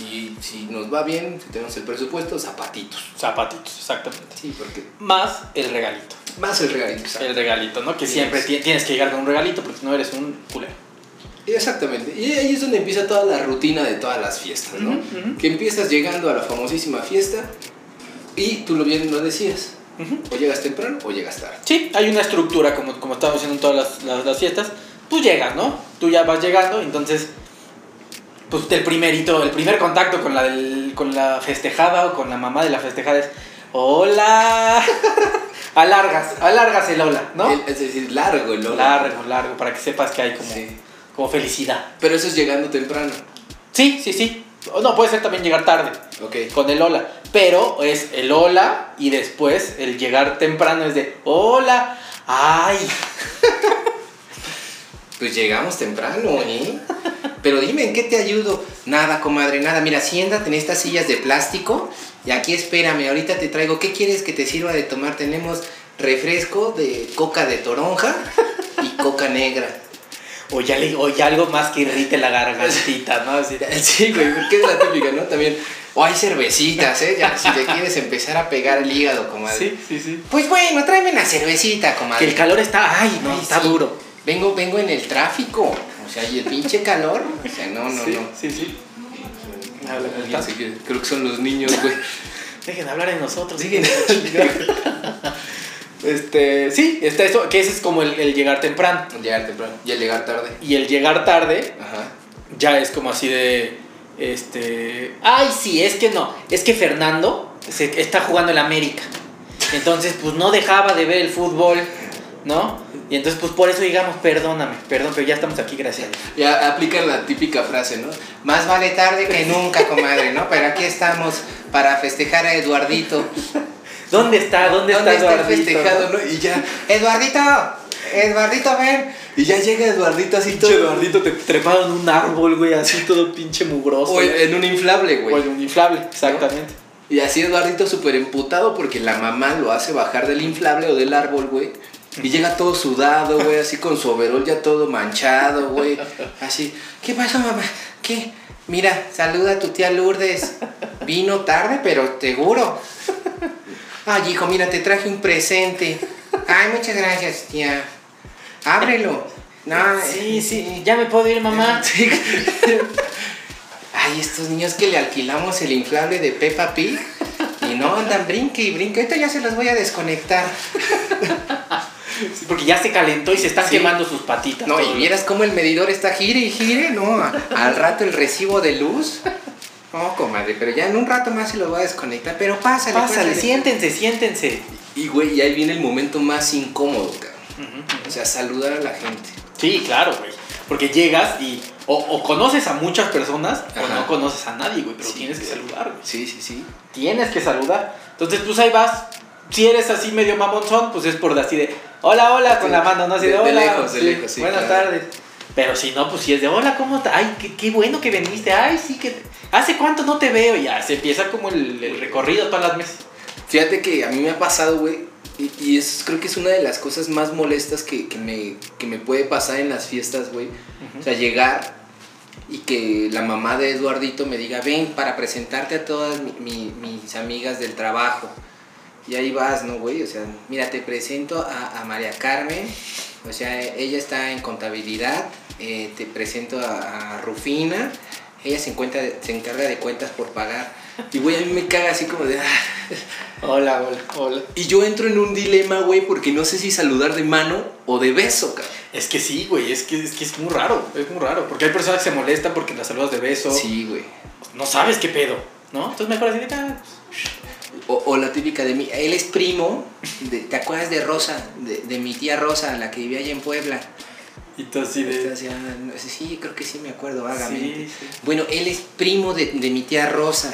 [SPEAKER 4] y si nos va bien, si tenemos el presupuesto, zapatitos.
[SPEAKER 3] Zapatitos, exactamente.
[SPEAKER 4] Sí, porque
[SPEAKER 3] Más el regalito.
[SPEAKER 4] más el regalito. exacto.
[SPEAKER 3] El regalito, ¿no? Que
[SPEAKER 4] Sí,
[SPEAKER 3] siempre
[SPEAKER 4] es.
[SPEAKER 3] ti- tienes que llegar con un regalito porque si no eres un culero.
[SPEAKER 4] Exactamente. Y ahí es donde empieza toda la rutina de todas las fiestas, ¿no?
[SPEAKER 3] Ujú, ujú.
[SPEAKER 4] Que empiezas llegando a la famosísima fiesta y tú lo bien lo decías.
[SPEAKER 3] Ujú.
[SPEAKER 4] O llegas temprano o llegas tarde.
[SPEAKER 3] Sí, hay una estructura, como, como estamos haciendo en todas las, las- las fiestas. Tú llegas, ¿no? Tú ya vas llegando, entonces, pues el primerito, el primer contacto con la, del- con la festejada o con la mamá de la festejada es, hola, alargas, alargas el hola, ¿no?
[SPEAKER 4] El- es decir, largo el olor.
[SPEAKER 3] Largo, largo, para que sepas que hay como,
[SPEAKER 4] Sí.
[SPEAKER 3] como felicidad.
[SPEAKER 4] Pero eso es llegando temprano.
[SPEAKER 3] Sí, sí, sí. O no, puede ser también llegar tarde
[SPEAKER 4] Ok.
[SPEAKER 3] con el hola, pero es el hola y después el llegar temprano es de, hola, ay.
[SPEAKER 4] Pues llegamos temprano, ¿eh? Pero dime, ¿en qué te ayudo? Nada, comadre, nada. Mira, siéntate en estas sillas de plástico y aquí espérame. Ahorita te traigo, ¿qué quieres que te sirva de tomar? Tenemos refresco de coca de toronja y coca negra.
[SPEAKER 3] O ya, le- o ya algo más que irrite la gargantita, ¿no? Así de-
[SPEAKER 4] Sí, güey, porque es la típica, ¿no? También. O hay cervecitas, ¿eh? Ya, si te quieres empezar a pegar el hígado, comadre.
[SPEAKER 3] sí, sí, sí.
[SPEAKER 4] Pues bueno, tráeme una cervecita, comadre.
[SPEAKER 3] Que el calor está, ay, no,
[SPEAKER 4] Ay,
[SPEAKER 3] está
[SPEAKER 4] sí.
[SPEAKER 3] duro.
[SPEAKER 4] Vengo, vengo en el tráfico. O sea, y el pinche calor. O sea, no, no, no.
[SPEAKER 3] sí, sí. Habla con el
[SPEAKER 4] Alguien se quiere- Creo que son los niños, güey.
[SPEAKER 3] Dejen de hablar en nosotros.
[SPEAKER 4] Siguen.
[SPEAKER 3] este, sí, está eso, que ese es como el, el llegar temprano.
[SPEAKER 4] llegar temprano. Y al llegar tarde.
[SPEAKER 3] Y el llegar tarde
[SPEAKER 4] Ajá.
[SPEAKER 3] ya es como así de, este, ay, sí, es que no, es que Fernando se- está jugando el América. Entonces, pues no dejaba de ver el fútbol, ¿no? Y entonces, pues por eso digamos, perdóname, perdón, pero ya estamos aquí, gracias. a Dios".
[SPEAKER 4] Ya aplican la típica frase, ¿no? Más vale tarde que nunca, comadre, ¿no? Pero aquí estamos para festejar a Eduardito.
[SPEAKER 3] ¿Dónde está? ¿Dónde,
[SPEAKER 4] ¿Dónde
[SPEAKER 3] está,
[SPEAKER 4] está el
[SPEAKER 3] Eduardito,
[SPEAKER 4] festejado,
[SPEAKER 3] no?
[SPEAKER 4] no? Y ya, ¡Eduardito! ¡Eduardito, ven! Y ya llega Eduardito así
[SPEAKER 3] Pinche
[SPEAKER 4] todo.
[SPEAKER 3] Eduardito te trepado en un árbol, güey, así todo pinche mugroso.
[SPEAKER 4] O en un inflable,
[SPEAKER 3] güey. O en
[SPEAKER 4] güey.
[SPEAKER 3] un inflable, exactamente.
[SPEAKER 4] Y así Eduardito súper emputado porque la mamá lo hace bajar del inflable o del árbol, güey. Y llega todo sudado, güey, así con su overol ya todo manchado, güey. Así, ¿qué pasó, mamá? ¿Qué? Mira, saluda a tu tía Lourdes. Vino tarde, pero seguro. Ay, hijo, mira, te traje un presente. Ay, muchas gracias, tía. Ábrelo. No,
[SPEAKER 3] Sí,
[SPEAKER 4] eh,
[SPEAKER 3] sí, ya me puedo ir, mamá.
[SPEAKER 4] Sí. Ay, estos niños que le alquilamos el inflable de Peppa Pig y no andan brinque y brinque. Ahorita ya se los voy a desconectar.
[SPEAKER 3] Sí, Porque ya se calentó y se están
[SPEAKER 4] Sí.
[SPEAKER 3] quemando sus patitas.
[SPEAKER 4] No, y
[SPEAKER 3] Todo.
[SPEAKER 4] vieras cómo el medidor está gire y gire, no. a- Al rato el recibo de luz. No, comadre, pero ya en un rato más se los voy a desconectar. Pero pásale,
[SPEAKER 3] Pásale, siéntense, siéntense.
[SPEAKER 4] Y güey, y ahí viene el momento más incómodo, cabrón. O sea, saludar a la gente.
[SPEAKER 3] Sí, claro, güey. Porque llegas y o, o conoces a muchas personas o
[SPEAKER 4] Ajá.
[SPEAKER 3] no conoces a nadie, güey. Pero
[SPEAKER 4] Sí,
[SPEAKER 3] tienes que
[SPEAKER 4] sí.
[SPEAKER 3] saludar, güey.
[SPEAKER 4] Sí, sí, sí.
[SPEAKER 3] Tienes que saludar. Entonces, pues ahí vas. Si eres así medio mamonzón, pues es por de así de hola, hola con
[SPEAKER 4] Sí,
[SPEAKER 3] la mano, no así de,
[SPEAKER 4] de- de
[SPEAKER 3] hola.
[SPEAKER 4] lejos, de lejos, sí,
[SPEAKER 3] Buenas
[SPEAKER 4] claro.
[SPEAKER 3] tardes. Pero si no, pues si es de hola, ¿cómo estás? Ay, qué, qué bueno que viniste. Ay, sí, que. ¿Hace cuánto no te veo? Ya se empieza como el, el recorrido todas las meses.
[SPEAKER 4] Fíjate que a mí me ha pasado, güey, y, y es, creo que es una de las cosas más molestas que, que me, que me puede pasar en las fiestas, güey. O sea, llegar y que la mamá de Eduardito me diga, ven para presentarte a todas mi- mi- mis amigas del trabajo. Y ahí vas, ¿no, güey? O sea, mira, te presento a, a María Carmen, o sea, ella está en contabilidad, eh, te presento a, a Rufina, ella se, encuentra, se encarga de cuentas por pagar. Y, güey, a mí me caga así como de... "Ah".
[SPEAKER 3] Hola, hola, hola.
[SPEAKER 4] Y yo entro en un dilema, güey, porque no sé si saludar de mano o de beso, cabrón.
[SPEAKER 3] Es que sí, güey, es que, es que es muy raro, es muy raro. Porque hay personas que se molestan porque las saludas de beso.
[SPEAKER 4] Sí, güey.
[SPEAKER 3] No sabes qué pedo, ¿no? Entonces mejor así de "Ah,
[SPEAKER 4] O, o la típica de mí, él es primo, de- ¿te acuerdas de Rosa? De, de mi tía Rosa, la que vivía allá en Puebla.
[SPEAKER 3] Y tú así
[SPEAKER 4] Está
[SPEAKER 3] de.
[SPEAKER 4] así, ah, no sé, sí, creo que sí me acuerdo vagamente.
[SPEAKER 3] Sí, sí.
[SPEAKER 4] Bueno, él es primo de, de mi tía Rosa.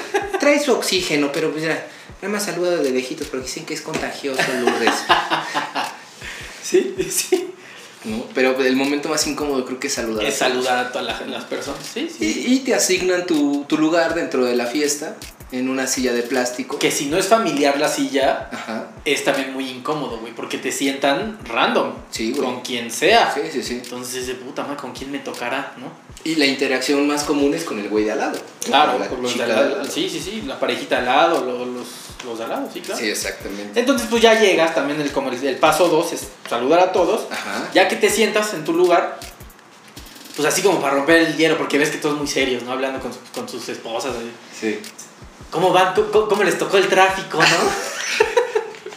[SPEAKER 4] Trae su oxígeno, pero pues mira, nada más saluda de lejitos porque dicen que es contagioso, Lourdes.
[SPEAKER 3] Sí, sí.
[SPEAKER 4] ¿no? Pero el momento más incómodo creo que es saludar.
[SPEAKER 3] Es saludar a todas la- las personas. Sí,
[SPEAKER 4] Y,
[SPEAKER 3] sí.
[SPEAKER 4] y te asignan tu, tu lugar dentro de la fiesta, en una silla de plástico.
[SPEAKER 3] Que si no es familiar la silla,
[SPEAKER 4] Ajá.
[SPEAKER 3] es también muy incómodo, güey, porque te sientan random.
[SPEAKER 4] Sí, güey.
[SPEAKER 3] Con quien sea.
[SPEAKER 4] Sí, sí, sí.
[SPEAKER 3] Entonces, de puta madre, ¿con quién me tocará, no?
[SPEAKER 4] Y la interacción más común es con el güey de al lado.
[SPEAKER 3] Claro,
[SPEAKER 4] Con la
[SPEAKER 3] con los de
[SPEAKER 4] chica
[SPEAKER 3] al
[SPEAKER 4] de al
[SPEAKER 3] lado.
[SPEAKER 4] lado.
[SPEAKER 3] Sí, sí, sí, la parejita al lado, lo- los, los de al lado, sí, claro.
[SPEAKER 4] Sí, exactamente.
[SPEAKER 3] Entonces, pues ya llegas también, el, como el, el paso 2 es saludar a todos.
[SPEAKER 4] Ajá.
[SPEAKER 3] Ya que te sientas en tu lugar, pues así como para romper el hielo, porque ves que todos muy serios, ¿no? Hablando con, su- con sus esposas. así.
[SPEAKER 4] Sí.
[SPEAKER 3] ¿Cómo van? ¿Cómo, cómo les tocó el tráfico, no?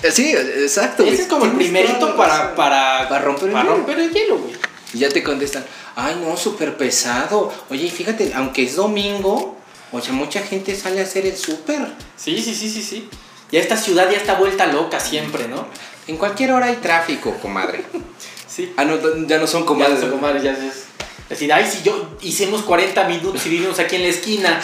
[SPEAKER 4] Eh, Sí, exacto. güey.
[SPEAKER 3] Ese es como el
[SPEAKER 4] Tienes toda
[SPEAKER 3] primerito
[SPEAKER 4] la
[SPEAKER 3] para,
[SPEAKER 4] razón.
[SPEAKER 3] para,
[SPEAKER 4] Para romper el
[SPEAKER 3] para
[SPEAKER 4] hielo.
[SPEAKER 3] romper el hielo, güey.
[SPEAKER 4] Y ya te contestan, ay no, súper pesado. Oye, y fíjate, aunque es domingo, o sea, mucha gente sale a hacer el súper.
[SPEAKER 3] Sí, sí, sí, sí, sí. Ya esta ciudad ya está vuelta loca siempre, ¿no?
[SPEAKER 4] En cualquier hora hay tráfico, comadre.
[SPEAKER 3] Sí.
[SPEAKER 4] ah, no, ya no son
[SPEAKER 3] Ya
[SPEAKER 4] comadres.
[SPEAKER 3] se comadre, ya es decir, ay, si yo hicimos 40 minutos y vivimos aquí en la esquina.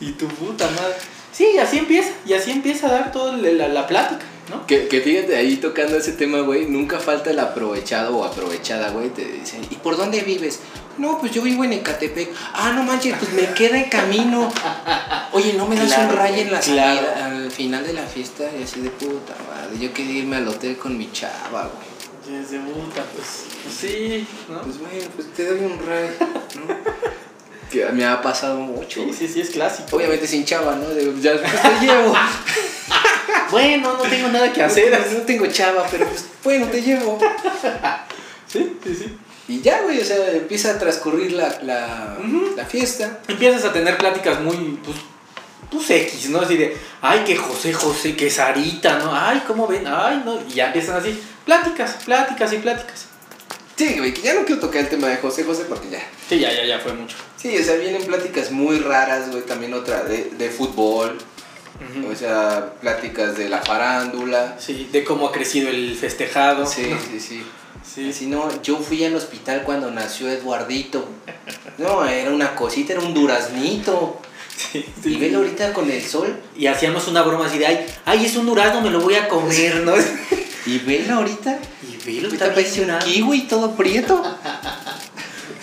[SPEAKER 3] y tu puta madre. Sí, y así empieza, y así empieza a dar toda la, la plática, ¿no?
[SPEAKER 4] Que, que fíjate, ahí tocando ese tema, güey, nunca falta el aprovechado o aprovechada, güey, te dicen, ¿y por dónde vives? No, pues yo vivo en Ecatepec. Ah, no manches, pues me queda en camino. Oye, ¿no me das
[SPEAKER 3] Claro,
[SPEAKER 4] un rayo
[SPEAKER 3] güey,
[SPEAKER 4] en la
[SPEAKER 3] claro.
[SPEAKER 4] salida al final de la fiesta? Y así de puta madre, yo quería irme al hotel con mi chava, güey.
[SPEAKER 3] Desde puta, pues, pues sí, ¿no?
[SPEAKER 4] Pues bueno, pues te doy un rayo, ¿no? que me ha pasado mucho,
[SPEAKER 3] Sí,
[SPEAKER 4] güey.
[SPEAKER 3] sí, sí, es clásico.
[SPEAKER 4] Obviamente sin chava, ¿no? De- ya pues, te llevo.
[SPEAKER 3] Bueno, no tengo nada que hacer.
[SPEAKER 4] No tengo chava, pero pues bueno, te llevo.
[SPEAKER 3] Sí, sí, sí.
[SPEAKER 4] Y ya, güey, o sea, empieza a transcurrir la, la,
[SPEAKER 3] Ujú.
[SPEAKER 4] la fiesta.
[SPEAKER 3] Empiezas a tener pláticas muy, pues, pues X, ¿no? Así de, ay, que José José, que Sarita, ¿no? Ay, ¿cómo ven? Ay, no. Y ya empiezan así, pláticas, pláticas y pláticas.
[SPEAKER 4] Sí, güey, que ya no quiero tocar el tema de José José porque ya.
[SPEAKER 3] Sí, ya, ya, ya, fue mucho.
[SPEAKER 4] Sí, o sea, vienen pláticas muy raras, güey, también otra de, de fútbol,
[SPEAKER 3] Ujú.
[SPEAKER 4] o sea, pláticas de la farándula.
[SPEAKER 3] Sí, de cómo ha crecido el festejado.
[SPEAKER 4] Sí, sí, sí.
[SPEAKER 3] sí.
[SPEAKER 4] Si no, yo fui al hospital cuando nació Eduardito. No, era una cosita, era un duraznito.
[SPEAKER 3] sí,
[SPEAKER 4] Y velo ahorita con el sol.
[SPEAKER 3] Y hacíamos una broma así de, ay, ay, es un durazno, me lo voy a comer, ¿no?
[SPEAKER 4] Y velo ahorita.
[SPEAKER 3] Y velo,
[SPEAKER 4] Ahorita
[SPEAKER 3] está
[SPEAKER 4] parece un
[SPEAKER 3] bien
[SPEAKER 4] kiwi todo prieto.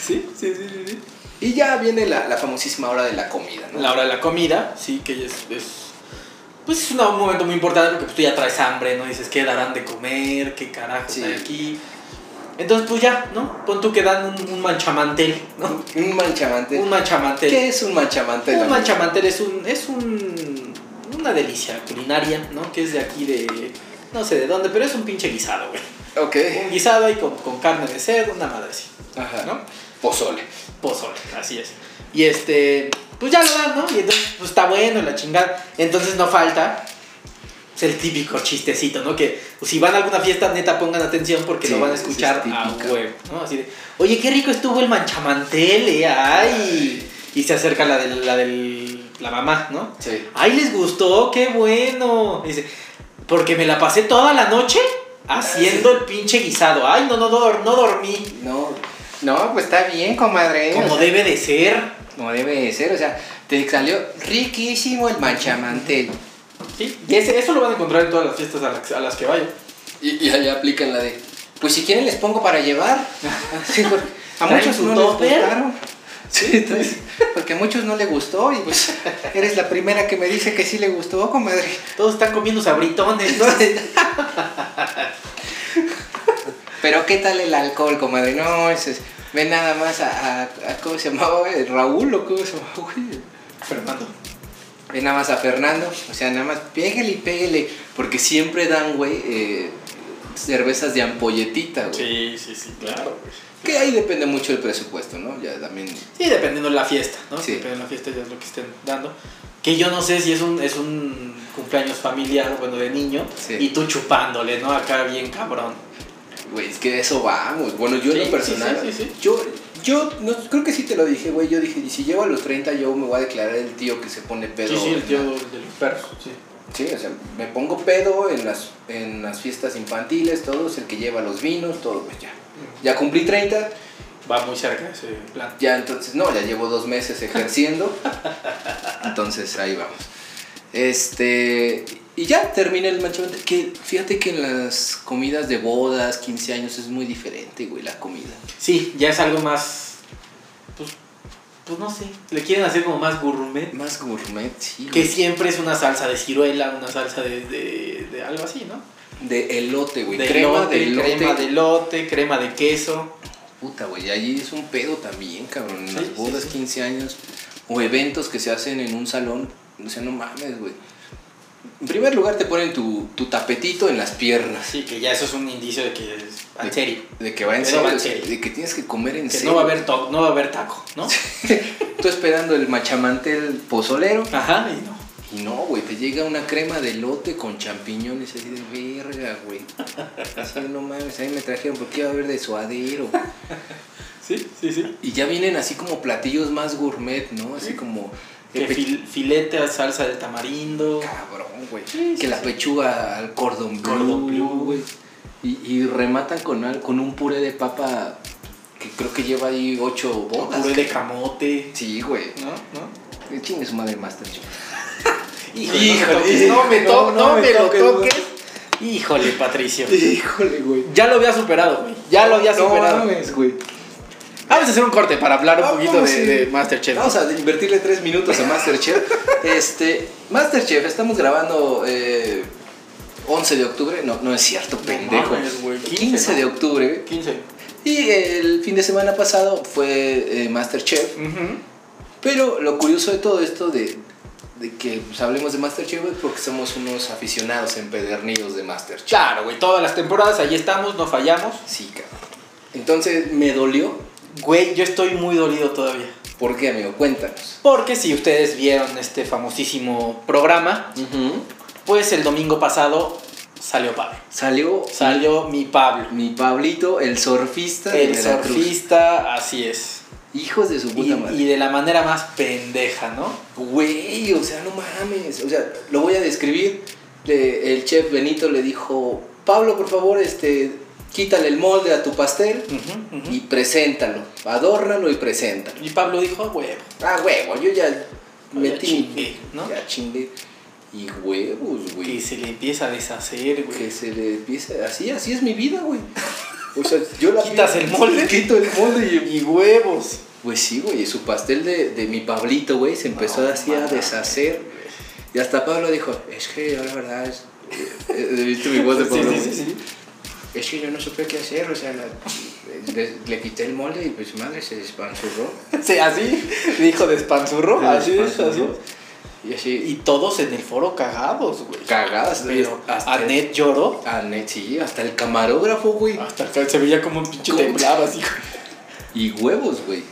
[SPEAKER 3] Sí, sí, sí, sí, sí.
[SPEAKER 4] Y ya viene la, la famosísima hora de la comida, ¿no?
[SPEAKER 3] La hora de la comida, sí, que es... es- pues es una- un momento muy importante porque pues, tú ya traes hambre, ¿no? Dices, ¿qué darán de comer? ¿Qué carajo
[SPEAKER 4] Sí.
[SPEAKER 3] hay aquí? Entonces, pues ya, ¿no? Pon tú que dan un, un manchamantel, ¿no?
[SPEAKER 4] Un manchamantel.
[SPEAKER 3] Un manchamantel.
[SPEAKER 4] ¿Qué es un manchamantel?
[SPEAKER 3] Un
[SPEAKER 4] amigo?
[SPEAKER 3] manchamantel es un es un una delicia culinaria, ¿no? Que es de aquí de no sé de dónde, pero es un pinche guisado, güey.
[SPEAKER 4] Ok.
[SPEAKER 3] Un guisado ahí con, con carne de cerdo, una madre así,
[SPEAKER 4] Ajá.
[SPEAKER 3] ¿no?
[SPEAKER 4] Pozole.
[SPEAKER 3] Pozole, así es. Y este, pues ya lo dan, ¿no? Y entonces pues está bueno la chingada. Entonces no falta es el típico chistecito, ¿no? Que pues, si van a alguna fiesta, neta pongan atención porque
[SPEAKER 4] Sí,
[SPEAKER 3] lo van a
[SPEAKER 4] esa es
[SPEAKER 3] escuchar a
[SPEAKER 4] típica.
[SPEAKER 3] huevo, ¿no? Así de, "Oye, qué rico estuvo el manchamantel, eh, ay." Y se acerca la del la del la mamá, ¿no?
[SPEAKER 4] Sí.
[SPEAKER 3] ¡Ay, les gustó! ¡Qué bueno! Dice, porque me la pasé toda la noche haciendo el pinche guisado. ¡Ay, no, no, dor- no dormí!
[SPEAKER 4] No. No, pues está bien, comadre.
[SPEAKER 3] Como
[SPEAKER 4] O sea,
[SPEAKER 3] debe de ser.
[SPEAKER 4] como debe de ser. O sea, te salió riquísimo el manchamantel.
[SPEAKER 3] Sí, y ese- eso lo van a encontrar en todas las fiestas a las, a las que vayan.
[SPEAKER 4] Y, y allá aplican la de. Pues si quieren les pongo para llevar. Sí, porque a
[SPEAKER 3] ¿Traen
[SPEAKER 4] muchos
[SPEAKER 3] su
[SPEAKER 4] no les
[SPEAKER 3] topper?
[SPEAKER 4] gustaron. Sí, entonces, porque a muchos no le gustó y pues eres la primera que me dice que sí le gustó, comadre.
[SPEAKER 3] Todos están comiendo sabritones, ¿no?
[SPEAKER 4] Entonces- Pero qué tal el alcohol, comadre. No, ese es- Ve nada más a, a- a- ¿Cómo se llamaba, güey? Raúl o cómo se llamaba, güey.
[SPEAKER 3] Fernando.
[SPEAKER 4] Ve nada más a Fernando. O sea, nada más pégale y pégale. Porque siempre dan, güey, eh, cervezas de ampolletita,
[SPEAKER 3] Sí,
[SPEAKER 4] güey.
[SPEAKER 3] sí, sí, claro. güey.
[SPEAKER 4] Que ahí depende mucho del presupuesto, ¿no? Ya también.
[SPEAKER 3] Sí, dependiendo de la fiesta, ¿no?
[SPEAKER 4] Sí.
[SPEAKER 3] Dependiendo de la fiesta ya es lo que estén dando. Que yo no sé si es un, es un cumpleaños familiar, bueno, de niño,
[SPEAKER 4] Sí.
[SPEAKER 3] y tú chupándole, ¿no? Acá bien cabrón.
[SPEAKER 4] Güey, es que de eso vamos. Bueno, yo
[SPEAKER 3] Sí,
[SPEAKER 4] en
[SPEAKER 3] sí,
[SPEAKER 4] lo personal.
[SPEAKER 3] sí, sí, sí.
[SPEAKER 4] Yo, yo no, creo que sí te lo dije, güey. Yo dije, si llego a los 30, yo me voy a declarar el tío que se pone pedo.
[SPEAKER 3] sí, sí, el
[SPEAKER 4] en
[SPEAKER 3] tío
[SPEAKER 4] la-
[SPEAKER 3] del perro, sí.
[SPEAKER 4] Sí, o sea, me pongo pedo en las, en las fiestas infantiles, todo, es el que lleva los vinos, todo, pues ya. Ya cumplí 30,
[SPEAKER 3] Va muy cerca ese plan.
[SPEAKER 4] ya entonces, no, ya llevo dos meses ejerciendo, entonces ahí vamos. Este, y ya terminé el manchamiento, que fíjate que en las comidas de bodas, 15 años, es muy diferente, güey, la comida.
[SPEAKER 3] Sí, ya es algo más. Pues, pues no sé. Le quieren hacer como más gourmet.
[SPEAKER 4] Más gourmet, sí,
[SPEAKER 3] Que
[SPEAKER 4] güey.
[SPEAKER 3] siempre es una salsa de ciruela, una salsa de, de, de algo así, ¿no?
[SPEAKER 4] De elote, güey,
[SPEAKER 3] De
[SPEAKER 4] crema
[SPEAKER 3] elote,
[SPEAKER 4] de elote.
[SPEAKER 3] crema de elote, crema de queso.
[SPEAKER 4] Puta, güey, allí es un pedo también, cabrón. En
[SPEAKER 3] Sí, sí,
[SPEAKER 4] las bodas,
[SPEAKER 3] sí.
[SPEAKER 4] 15 años o eventos que se hacen en un salón, o sea, no mames, güey. En primer lugar, te ponen tu, tu tapetito en las piernas.
[SPEAKER 3] Sí, que ya eso es un indicio de que es en serio.
[SPEAKER 4] De que va en
[SPEAKER 3] Pero
[SPEAKER 4] serio,
[SPEAKER 3] va en
[SPEAKER 4] o sea,
[SPEAKER 3] serio.
[SPEAKER 4] de que tienes que comer en
[SPEAKER 3] Que
[SPEAKER 4] serio.
[SPEAKER 3] no va a haber to- no va a haber taco, ¿no?
[SPEAKER 4] Tú esperando el machamantel pozolero.
[SPEAKER 3] Ajá, y no.
[SPEAKER 4] Y no, güey, te llega una crema de lote con champiñones así de verga, güey. Así, no mames, ahí me trajeron porque iba a haber de suadero.
[SPEAKER 3] Sí, sí, sí.
[SPEAKER 4] Y ya vienen así como platillos más gourmet, ¿no? Así como...
[SPEAKER 3] Que
[SPEAKER 4] epe-
[SPEAKER 3] fil- filete a salsa de tamarindo.
[SPEAKER 4] Cabrón, güey.
[SPEAKER 3] Sí,
[SPEAKER 4] que
[SPEAKER 3] sí,
[SPEAKER 4] la
[SPEAKER 3] sí.
[SPEAKER 4] pechuga al cordón bleu,
[SPEAKER 3] Cordon bleu,
[SPEAKER 4] güey. Y, y rematan con, al- con un puré de papa que creo que lleva ahí ocho bodas.
[SPEAKER 3] Puré de camote.
[SPEAKER 4] Sí, güey.
[SPEAKER 3] ¿No? ¿No?
[SPEAKER 4] Eh, Chingue su madre Masterchef.
[SPEAKER 3] Híjole,
[SPEAKER 4] Híjole,
[SPEAKER 3] no me, toques,
[SPEAKER 4] no, no
[SPEAKER 3] no
[SPEAKER 4] me
[SPEAKER 3] me, to- no me
[SPEAKER 4] toques,
[SPEAKER 3] lo toques. Híjole, Patricio.
[SPEAKER 4] Híjole, güey.
[SPEAKER 3] Ya lo había superado, güey. Ya lo había superado.
[SPEAKER 4] güey.
[SPEAKER 3] Vamos a hacer un corte para hablar un
[SPEAKER 4] Vamos,
[SPEAKER 3] poquito de,
[SPEAKER 4] sí.
[SPEAKER 3] de Masterchef.
[SPEAKER 4] Vamos a invertirle tres minutos a Masterchef. este, Masterchef, estamos grabando eh, 11 de octubre. No, no es cierto, pendejo.
[SPEAKER 3] mames, güey,
[SPEAKER 4] 15,
[SPEAKER 3] 15,
[SPEAKER 4] de
[SPEAKER 3] ¿no?
[SPEAKER 4] octubre.
[SPEAKER 3] 15.
[SPEAKER 4] Y el fin de semana pasado fue eh, Masterchef. Pero lo curioso de todo esto de, de que pues, hablemos de Masterchef es porque somos unos aficionados empedernidos de Masterchef.
[SPEAKER 3] Claro, güey. Todas las temporadas ahí estamos, no fallamos.
[SPEAKER 4] Sí, cabrón. Entonces me dolió.
[SPEAKER 3] Güey, yo estoy muy dolido todavía.
[SPEAKER 4] ¿Por qué, amigo? Cuéntanos.
[SPEAKER 3] Porque si ustedes vieron este famosísimo programa, pues el domingo pasado salió Pablo.
[SPEAKER 4] Salió
[SPEAKER 3] Salió mi Pablo.
[SPEAKER 4] mi Pablito, el surfista de
[SPEAKER 3] El
[SPEAKER 4] Veracruz.
[SPEAKER 3] surfista, así es.
[SPEAKER 4] Hijos de su
[SPEAKER 3] Y,
[SPEAKER 4] puta madre.
[SPEAKER 3] y de la manera más pendeja, ¿no?
[SPEAKER 4] Güey, o sea, no mames. O sea, lo voy a describir. Le- el chef Benito le dijo, Pablo, por favor, este, quítale el molde a tu pastel
[SPEAKER 3] Ujú, ujú.
[SPEAKER 4] y preséntalo. Adórnalo y preséntalo.
[SPEAKER 3] Y Pablo dijo, huevo.
[SPEAKER 4] Ah, huevo, yo ya metí.
[SPEAKER 3] chingué, ¿no?
[SPEAKER 4] Ya chingué. Y huevos, güey.
[SPEAKER 3] Que se le empieza a deshacer, güey.
[SPEAKER 4] Que se le empiece. Así, así es mi vida, güey. O sea, yo la.
[SPEAKER 3] ¿Quitas el molde?
[SPEAKER 4] Quito el molde y.
[SPEAKER 3] Y huevos.
[SPEAKER 4] Pues sí, güey. Su pastel de, de mi Pablito, güey, se empezó
[SPEAKER 3] No,
[SPEAKER 4] así a
[SPEAKER 3] mames.
[SPEAKER 4] deshacer. Y hasta Pablo dijo: Es que yo la verdad. Es... eh, eh, ¿Viste mi voz de
[SPEAKER 3] Sí,
[SPEAKER 4] Pablo?
[SPEAKER 3] sí,
[SPEAKER 4] güey?
[SPEAKER 3] sí, sí.
[SPEAKER 4] Es que yo no supe qué hacer, o sea, la- le, le quité el molde y pues madre se despanzurró.
[SPEAKER 3] Sí, así dijo despanzurro,
[SPEAKER 4] Se
[SPEAKER 3] así es, así
[SPEAKER 4] despanzurró.
[SPEAKER 3] es.
[SPEAKER 4] Y así.
[SPEAKER 3] Y todos en el foro cagados, güey.
[SPEAKER 4] cagadas,
[SPEAKER 3] Pero
[SPEAKER 4] hasta-
[SPEAKER 3] Anet lloró.
[SPEAKER 4] Ah, net, sí, hasta el camarógrafo, güey.
[SPEAKER 3] Hasta acá se veía como un pinche
[SPEAKER 4] ¿Cómo?
[SPEAKER 3] temblaba así.
[SPEAKER 4] Y huevos, güey.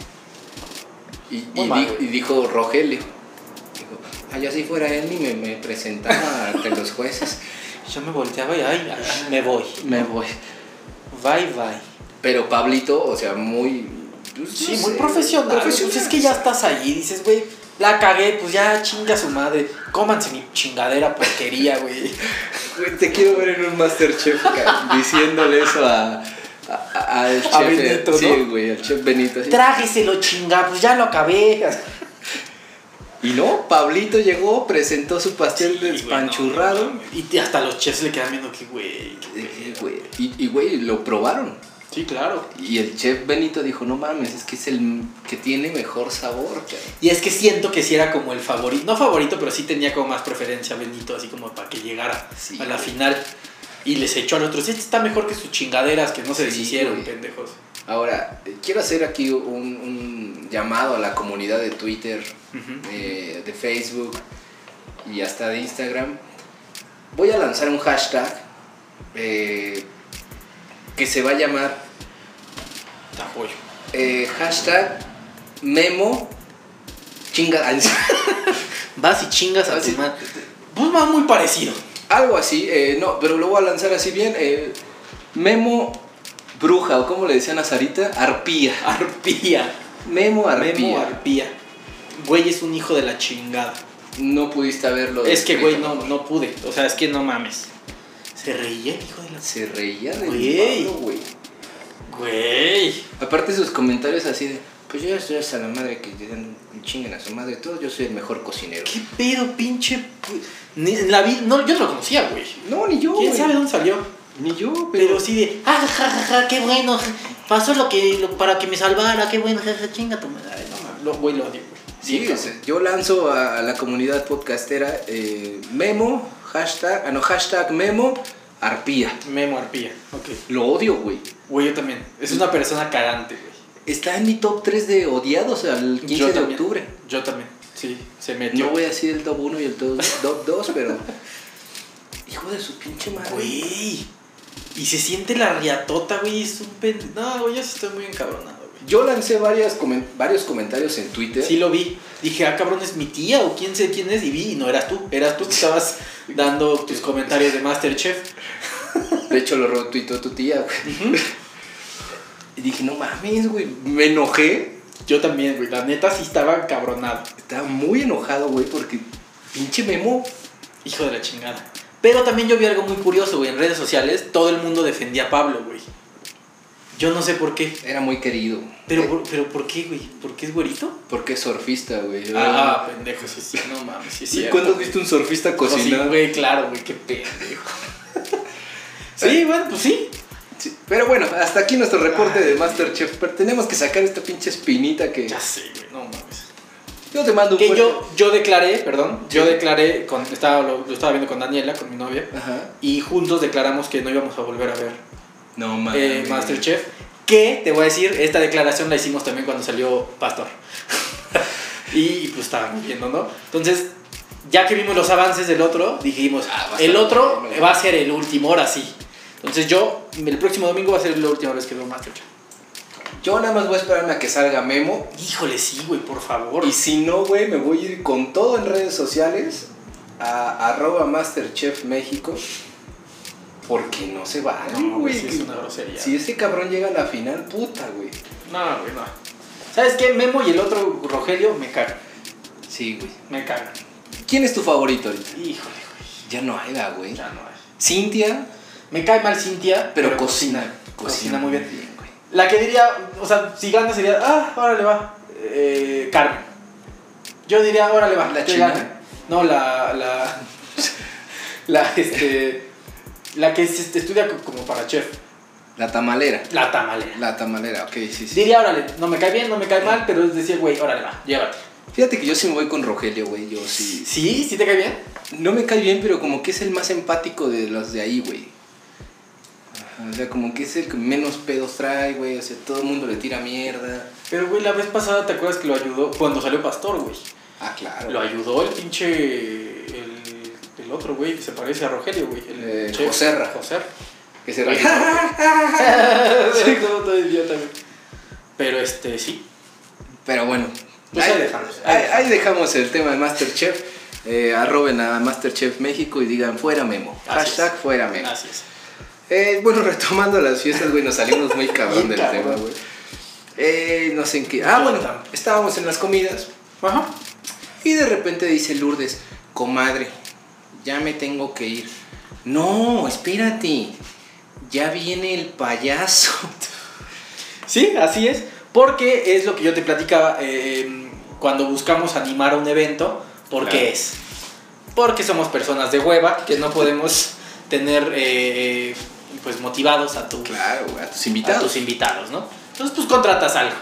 [SPEAKER 4] Y, y
[SPEAKER 3] Muy mal,
[SPEAKER 4] di-
[SPEAKER 3] güey.
[SPEAKER 4] y dijo Rogelio. Dijo, allá si fuera él ni me, me presentaba ante los jueces.
[SPEAKER 3] Yo me volteaba y ay, ay, me voy.
[SPEAKER 4] Me voy.
[SPEAKER 3] Bye, bye.
[SPEAKER 4] Pero Pablito, o sea, muy. pues,
[SPEAKER 3] Sí,
[SPEAKER 4] no
[SPEAKER 3] muy
[SPEAKER 4] sé,
[SPEAKER 3] profesional.
[SPEAKER 4] profesional.
[SPEAKER 3] Pues es que ya estás ahí, dices, güey, la cagué, pues ya chinga su madre. Cómanse mi chingadera porquería, güey.
[SPEAKER 4] Güey, Te quiero ver en un Masterchef ca- diciéndole eso a. a- a- al chef.
[SPEAKER 3] Benito,
[SPEAKER 4] sí,
[SPEAKER 3] ¿no?
[SPEAKER 4] güey, al chef Benito. así.
[SPEAKER 3] Trágueselo, chinga, pues ya lo acabé.
[SPEAKER 4] Y no, Pablito llegó, presentó su pastel
[SPEAKER 3] Sí, güey,
[SPEAKER 4] despanchurrado.
[SPEAKER 3] no, no, no. y hasta los chefs le quedan viendo que, güey. qué
[SPEAKER 4] Eh,
[SPEAKER 3] pedo.
[SPEAKER 4] güey, y, y, güey, lo probaron.
[SPEAKER 3] Sí, claro.
[SPEAKER 4] Y el chef Benito dijo, no mames, es que es el que tiene mejor sabor, cabrón".
[SPEAKER 3] Y es que siento que sí era como el favorito, no favorito, pero sí tenía como más preferencia Benito, así como para que llegara
[SPEAKER 4] Sí,
[SPEAKER 3] a la
[SPEAKER 4] güey.
[SPEAKER 3] final. Y les echó al otro, sí, este está mejor que sus chingaderas que no se
[SPEAKER 4] Sí,
[SPEAKER 3] deshicieron,
[SPEAKER 4] güey.
[SPEAKER 3] pendejos.
[SPEAKER 4] Ahora, eh, quiero hacer aquí un, un llamado a la comunidad de Twitter,
[SPEAKER 3] Ujú.
[SPEAKER 4] eh, de Facebook y hasta de Instagram. Voy a lanzar un hashtag eh, que se va a llamar
[SPEAKER 3] Te apoyo.
[SPEAKER 4] eh, hashtag memo chinga
[SPEAKER 3] Vas y chingas a
[SPEAKER 4] Vas
[SPEAKER 3] tu
[SPEAKER 4] y-
[SPEAKER 3] madre. Pues va muy parecido.
[SPEAKER 4] algo así eh, no pero lo voy a lanzar así bien eh, memo bruja o como le decían a Sarita arpía
[SPEAKER 3] Arpía.
[SPEAKER 4] memo arpía
[SPEAKER 3] Memo Arpía. Güey es un hijo de la chingada.
[SPEAKER 4] no pudiste haberlo
[SPEAKER 3] Es que, güey,
[SPEAKER 4] descrito.
[SPEAKER 3] no, no pude. O sea, es que no mames. Se reía el hijo de la...
[SPEAKER 4] se reía de
[SPEAKER 3] Güey.
[SPEAKER 4] güey
[SPEAKER 3] Güey.
[SPEAKER 4] aparte sus comentarios así de pues yo ya estoy hasta la madre que le den chinguen a su madre todo yo soy el mejor cocinero
[SPEAKER 3] ¿Qué pedo, pinche... pu- Ni, en la vida... No, yo no lo conocía, güey.
[SPEAKER 4] no ni yo
[SPEAKER 3] ¿Quién
[SPEAKER 4] güey.
[SPEAKER 3] sabe dónde salió?
[SPEAKER 4] ni yo
[SPEAKER 3] Pero,
[SPEAKER 4] pero,
[SPEAKER 3] sí de... Ah, ja, ja, ja, qué bueno. ja, Pasó lo que... lo- para que me salvara. Qué bueno, ja, ja, chinga tu madre. Ay, No mames. Lo- Güey, lo odio, güey.
[SPEAKER 4] Sí,
[SPEAKER 3] Bien,
[SPEAKER 4] o sea, yo lanzo a la comunidad podcastera eh, Memo, hashtag, ah, no, hashtag Memo, arpía.
[SPEAKER 3] cabrón. Memo Arpía. Ok.
[SPEAKER 4] Lo odio, güey.
[SPEAKER 3] Güey, yo también. Es una persona cagante, güey.
[SPEAKER 4] Está en mi top 3 de odiados al 15
[SPEAKER 3] Yo
[SPEAKER 4] de
[SPEAKER 3] también.
[SPEAKER 4] octubre.
[SPEAKER 3] Yo también. Sí, se metió.
[SPEAKER 4] No voy a decir el top 1 y el top, top 2, pero... Hijo de su pinche madre.
[SPEAKER 3] Güey. Y se siente la riatota, güey. Es un pen... No, güey, yo sí estoy muy encabronado, güey.
[SPEAKER 4] Yo lancé varias comen- varios comentarios en Twitter.
[SPEAKER 3] Sí lo vi. Dije, ah, cabrón, es mi tía o quién sé quién es. Y vi, y no eras tú. Eras tú que estabas dando tus comentarios de Masterchef.
[SPEAKER 4] De hecho, lo retuitó tu tía, güey. Y dije, no mames, güey. Me enojé.
[SPEAKER 3] Yo también, güey. La neta sí estaba encabronado.
[SPEAKER 4] Estaba muy enojado, güey, porque pinche Memo
[SPEAKER 3] Hijo de la chingada. Pero también yo vi algo muy curioso, güey. En redes sociales todo el mundo defendía a Pablo, güey. Yo no sé por qué.
[SPEAKER 4] era muy querido.
[SPEAKER 3] Pero,
[SPEAKER 4] Eh,
[SPEAKER 3] por- pero ¿por qué, güey? ¿Por qué es güerito?
[SPEAKER 4] Porque es surfista, güey.
[SPEAKER 3] Ah, pendejo, sí, sí. No mames, sí, sí.
[SPEAKER 4] ¿Y cuándo has visto un surfista
[SPEAKER 3] cocinar?
[SPEAKER 4] cocinar?
[SPEAKER 3] güey, claro, güey, qué pendejo. sí, bueno, pues sí.
[SPEAKER 4] Sí, Pero bueno, hasta aquí nuestro reporte de Masterchef. Pero tenemos que sacar esta pinche espinita que.
[SPEAKER 3] Ya sé, güey, no mames.
[SPEAKER 4] Yo te mando un
[SPEAKER 3] Que
[SPEAKER 4] fuerte-
[SPEAKER 3] yo, yo declaré, perdón, yo declaré, con, estaba, lo, lo estaba viendo con Daniela, con mi novia,
[SPEAKER 4] Ajá.
[SPEAKER 3] y juntos declaramos que no íbamos a volver a ver
[SPEAKER 4] No
[SPEAKER 3] eh, Masterchef. Que, te voy a decir, esta declaración la hicimos también cuando salió Pastor. y pues estábamos viendo, ¿no? Entonces, ya que vimos los avances del otro, dijimos,
[SPEAKER 4] Ah, va a
[SPEAKER 3] el
[SPEAKER 4] ser
[SPEAKER 3] otro
[SPEAKER 4] el
[SPEAKER 3] va a ser el último, ahora sí. Entonces yo, el próximo domingo va a ser la última vez que veo Masterchef.
[SPEAKER 4] Yo nada más voy a esperarme a que salga Memo.
[SPEAKER 3] Híjole, sí, güey, por favor.
[SPEAKER 4] Y si no, güey, me voy a ir con todo en redes sociales a arroba Masterchef México. Porque no se va,
[SPEAKER 3] No, güey, sí es una grosería.
[SPEAKER 4] Si ese cabrón llega a la final, puta, güey.
[SPEAKER 3] No, güey, no. ¿Sabes qué? Memo y el otro, Rogelio, me cagan.
[SPEAKER 4] Sí, güey.
[SPEAKER 3] Me cagan.
[SPEAKER 4] ¿Quién es tu favorito ahorita?
[SPEAKER 3] Híjole, güey.
[SPEAKER 4] Ya no haga, güey.
[SPEAKER 3] Ya no hay.
[SPEAKER 4] Cintia,
[SPEAKER 3] Me cae mal Cintia,
[SPEAKER 4] pero, cocina.
[SPEAKER 3] Cocina, muy bien.
[SPEAKER 4] güey.
[SPEAKER 3] La que diría, o sea, si gana sería, ah, ahora le va. Eh, Carmen. Yo diría, ahora le va.
[SPEAKER 4] ¿La
[SPEAKER 3] que
[SPEAKER 4] china?
[SPEAKER 3] gane. No, la. La. la, este. La que se- este, estudia co- como para chef.
[SPEAKER 4] La tamalera.
[SPEAKER 3] La tamalera.
[SPEAKER 4] La tamalera, ok, sí, sí.
[SPEAKER 3] Diría, órale, no me cae bien, no me cae mal, pero es decir, güey, órale, va, llévate.
[SPEAKER 4] Fíjate que yo sí me voy con Rogelio, güey. Yo sí.
[SPEAKER 3] ¿Sí? ¿Sí te cae bien?
[SPEAKER 4] No me cae bien, pero como que es el más empático de los de ahí, güey. Ajá, O sea, como que es el que menos pedos trae, güey. O sea, todo el mundo le tira mierda.
[SPEAKER 3] Pero, güey, la vez pasada, ¿te acuerdas que lo ayudó? Cuando salió Pastor, güey.
[SPEAKER 4] Ah, claro.
[SPEAKER 3] Lo ayudó el pinche. El, el otro, güey, que se parece a Rogelio, güey. El
[SPEAKER 4] Eh, Joserra.
[SPEAKER 3] Joserra.
[SPEAKER 4] Que se raya.
[SPEAKER 3] Sí, como todo idiota, güey. Pero este, sí.
[SPEAKER 4] Pero bueno.
[SPEAKER 3] Pues ahí dejamos, ahí
[SPEAKER 4] Ahí,
[SPEAKER 3] dejamos.
[SPEAKER 4] ahí dejamos el tema de Masterchef. Eh, arroben a Masterchef México y digan fuera Memo.
[SPEAKER 3] Así
[SPEAKER 4] Hashtag
[SPEAKER 3] es.
[SPEAKER 4] fuera Memo.
[SPEAKER 3] Así es.
[SPEAKER 4] Eh, bueno, retomando las fiestas, güey, nos salimos muy cabrón
[SPEAKER 3] Bien
[SPEAKER 4] del
[SPEAKER 3] cabrón.
[SPEAKER 4] tema, güey. Eh, no sé en qué. Ah, bueno,
[SPEAKER 3] Jonathan.
[SPEAKER 4] estábamos en las comidas
[SPEAKER 3] Ajá.
[SPEAKER 4] y de repente dice Lourdes, comadre, ya me tengo que ir. No, espérate, ya viene el payaso.
[SPEAKER 3] Sí, así es. Porque es lo que yo te platicaba eh, cuando buscamos animar a un evento. ¿Por qué
[SPEAKER 4] Claro.
[SPEAKER 3] es? Porque somos personas de hueva que no podemos tener eh, pues motivados a tu,
[SPEAKER 4] Claro, güey, a tus
[SPEAKER 3] a tus
[SPEAKER 4] invitados.
[SPEAKER 3] invitados, ¿no? Entonces, pues contratas algo.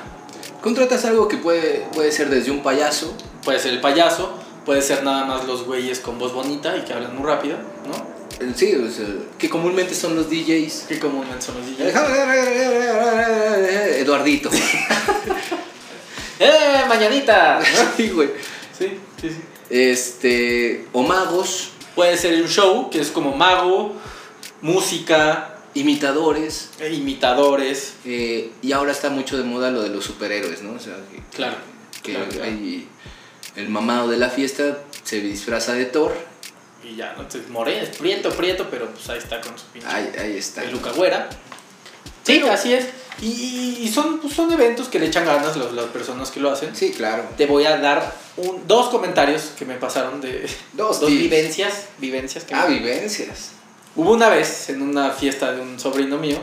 [SPEAKER 4] Contratas algo que puede, puede ser desde un payaso.
[SPEAKER 3] Puede ser el payaso, puede ser nada más los güeyes con voz bonita y que hablan muy rápido, ¿no?
[SPEAKER 4] Eh, Sí, o sea, que comúnmente son los DJs.
[SPEAKER 3] Qué comúnmente son los DJs.
[SPEAKER 4] Eduardito.
[SPEAKER 3] ¡Eh, mañanita! ¿no?
[SPEAKER 4] Sí, güey.
[SPEAKER 3] Sí, sí, sí.
[SPEAKER 4] Este, o magos,
[SPEAKER 3] Puede ser un show que es como mago, música,
[SPEAKER 4] imitadores.
[SPEAKER 3] eh, imitadores.
[SPEAKER 4] eh, y ahora está mucho de moda lo de los superhéroes, ¿no? O sea, que,
[SPEAKER 3] Claro,
[SPEAKER 4] que
[SPEAKER 3] claro, claro.
[SPEAKER 4] hay- el mamado de la fiesta se disfraza de Thor.
[SPEAKER 3] Y ya, no te moré, es prieto, prieto, pero pues ahí está con su pinche
[SPEAKER 4] Ahí, ahí está.
[SPEAKER 3] peluca güera. Sí, así es. Y, y- y son, pues, son eventos que le echan ganas los- las personas que lo hacen.
[SPEAKER 4] Sí, claro.
[SPEAKER 3] Te voy a dar un- dos comentarios que me pasaron de
[SPEAKER 4] Dos tips.
[SPEAKER 3] vivencias. vivencias que
[SPEAKER 4] Ah,
[SPEAKER 3] me-
[SPEAKER 4] vivencias.
[SPEAKER 3] Hubo una vez en una fiesta de un sobrino mío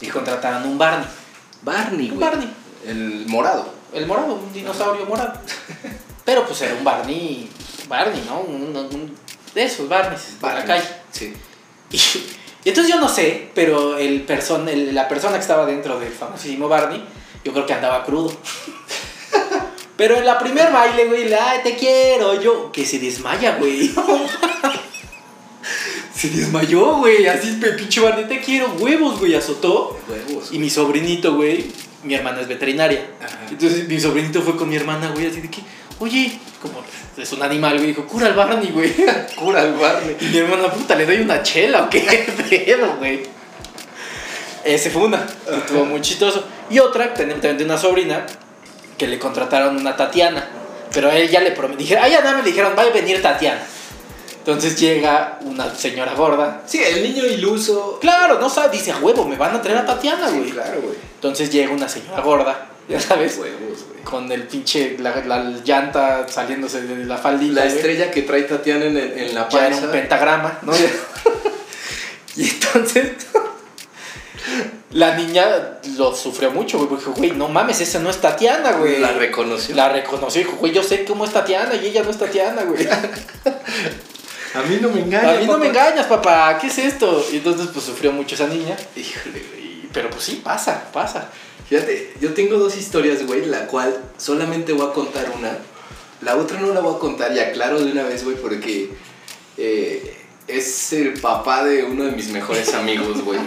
[SPEAKER 3] y contrataron un Barney.
[SPEAKER 4] Barney,
[SPEAKER 3] Un
[SPEAKER 4] güey.
[SPEAKER 3] Barney.
[SPEAKER 4] El morado.
[SPEAKER 3] El morado, un dinosaurio morado. Pero pues era un Barney, Barney, ¿no? Un, un- de esos Barneys, para la
[SPEAKER 4] Barney.
[SPEAKER 3] calle.
[SPEAKER 4] Sí.
[SPEAKER 3] Y, y entonces yo no sé, pero el person, el- la persona que estaba dentro del famosísimo Barney, yo creo que andaba crudo. Pero en la primer baile, güey, le, ay, te quiero, yo, que se desmaya, güey. se desmayó, güey, así, pe- pinche Barney, te quiero, huevos, güey, azotó.
[SPEAKER 4] Huevos.
[SPEAKER 3] Y mi sobrinito, güey, mi hermana es veterinaria.
[SPEAKER 4] Ajá.
[SPEAKER 3] Entonces mi sobrinito fue con mi hermana, güey, así de que, oye, como es un animal, güey, dijo, cura al Barney, güey.
[SPEAKER 4] Cura al Barney.
[SPEAKER 3] Y mi hermana, puta, le doy una chela o qué pedo, güey. Ese fue una, que estuvo muy chistoso. Y otra, ten- también de una sobrina, que le contrataron una Tatiana. Pero a él ya le prometieron, a ella nada más le dijeron, va a venir Tatiana. Entonces llega una señora gorda.
[SPEAKER 4] Sí, el niño iluso.
[SPEAKER 3] Claro, no sabe, dice, a huevo, me van a traer a Tatiana,
[SPEAKER 4] Sí,
[SPEAKER 3] güey.
[SPEAKER 4] claro, güey.
[SPEAKER 3] Entonces llega una señora gorda, ya sabes,
[SPEAKER 4] Huevos, güey.
[SPEAKER 3] con el pinche, la, la llanta saliéndose de la faldita.
[SPEAKER 4] La
[SPEAKER 3] güey.
[SPEAKER 4] estrella que trae Tatiana en, el- en la
[SPEAKER 3] ya era
[SPEAKER 4] panza.
[SPEAKER 3] un pentagrama, ¿no? y entonces la niña lo sufrió mucho, güey, porque dijo, güey, no mames, esa no es Tatiana, güey.
[SPEAKER 4] La reconoció.
[SPEAKER 3] La reconoció, dijo, güey, yo sé cómo es Tatiana y ella no es Tatiana, güey.
[SPEAKER 4] A mí no me engaña.
[SPEAKER 3] A mí no me
[SPEAKER 4] papá.
[SPEAKER 3] engañas, papá, ¿qué es esto? Y entonces, pues sufrió mucho esa niña.
[SPEAKER 4] Híjole, güey.
[SPEAKER 3] Y- Pero pues sí, pasa, pasa.
[SPEAKER 4] Fíjate, yo tengo dos historias, güey, la cual solamente voy a contar una. La otra no la voy a contar, y aclaro de una vez, güey, porque eh, es el papá de uno de mis mejores amigos, güey.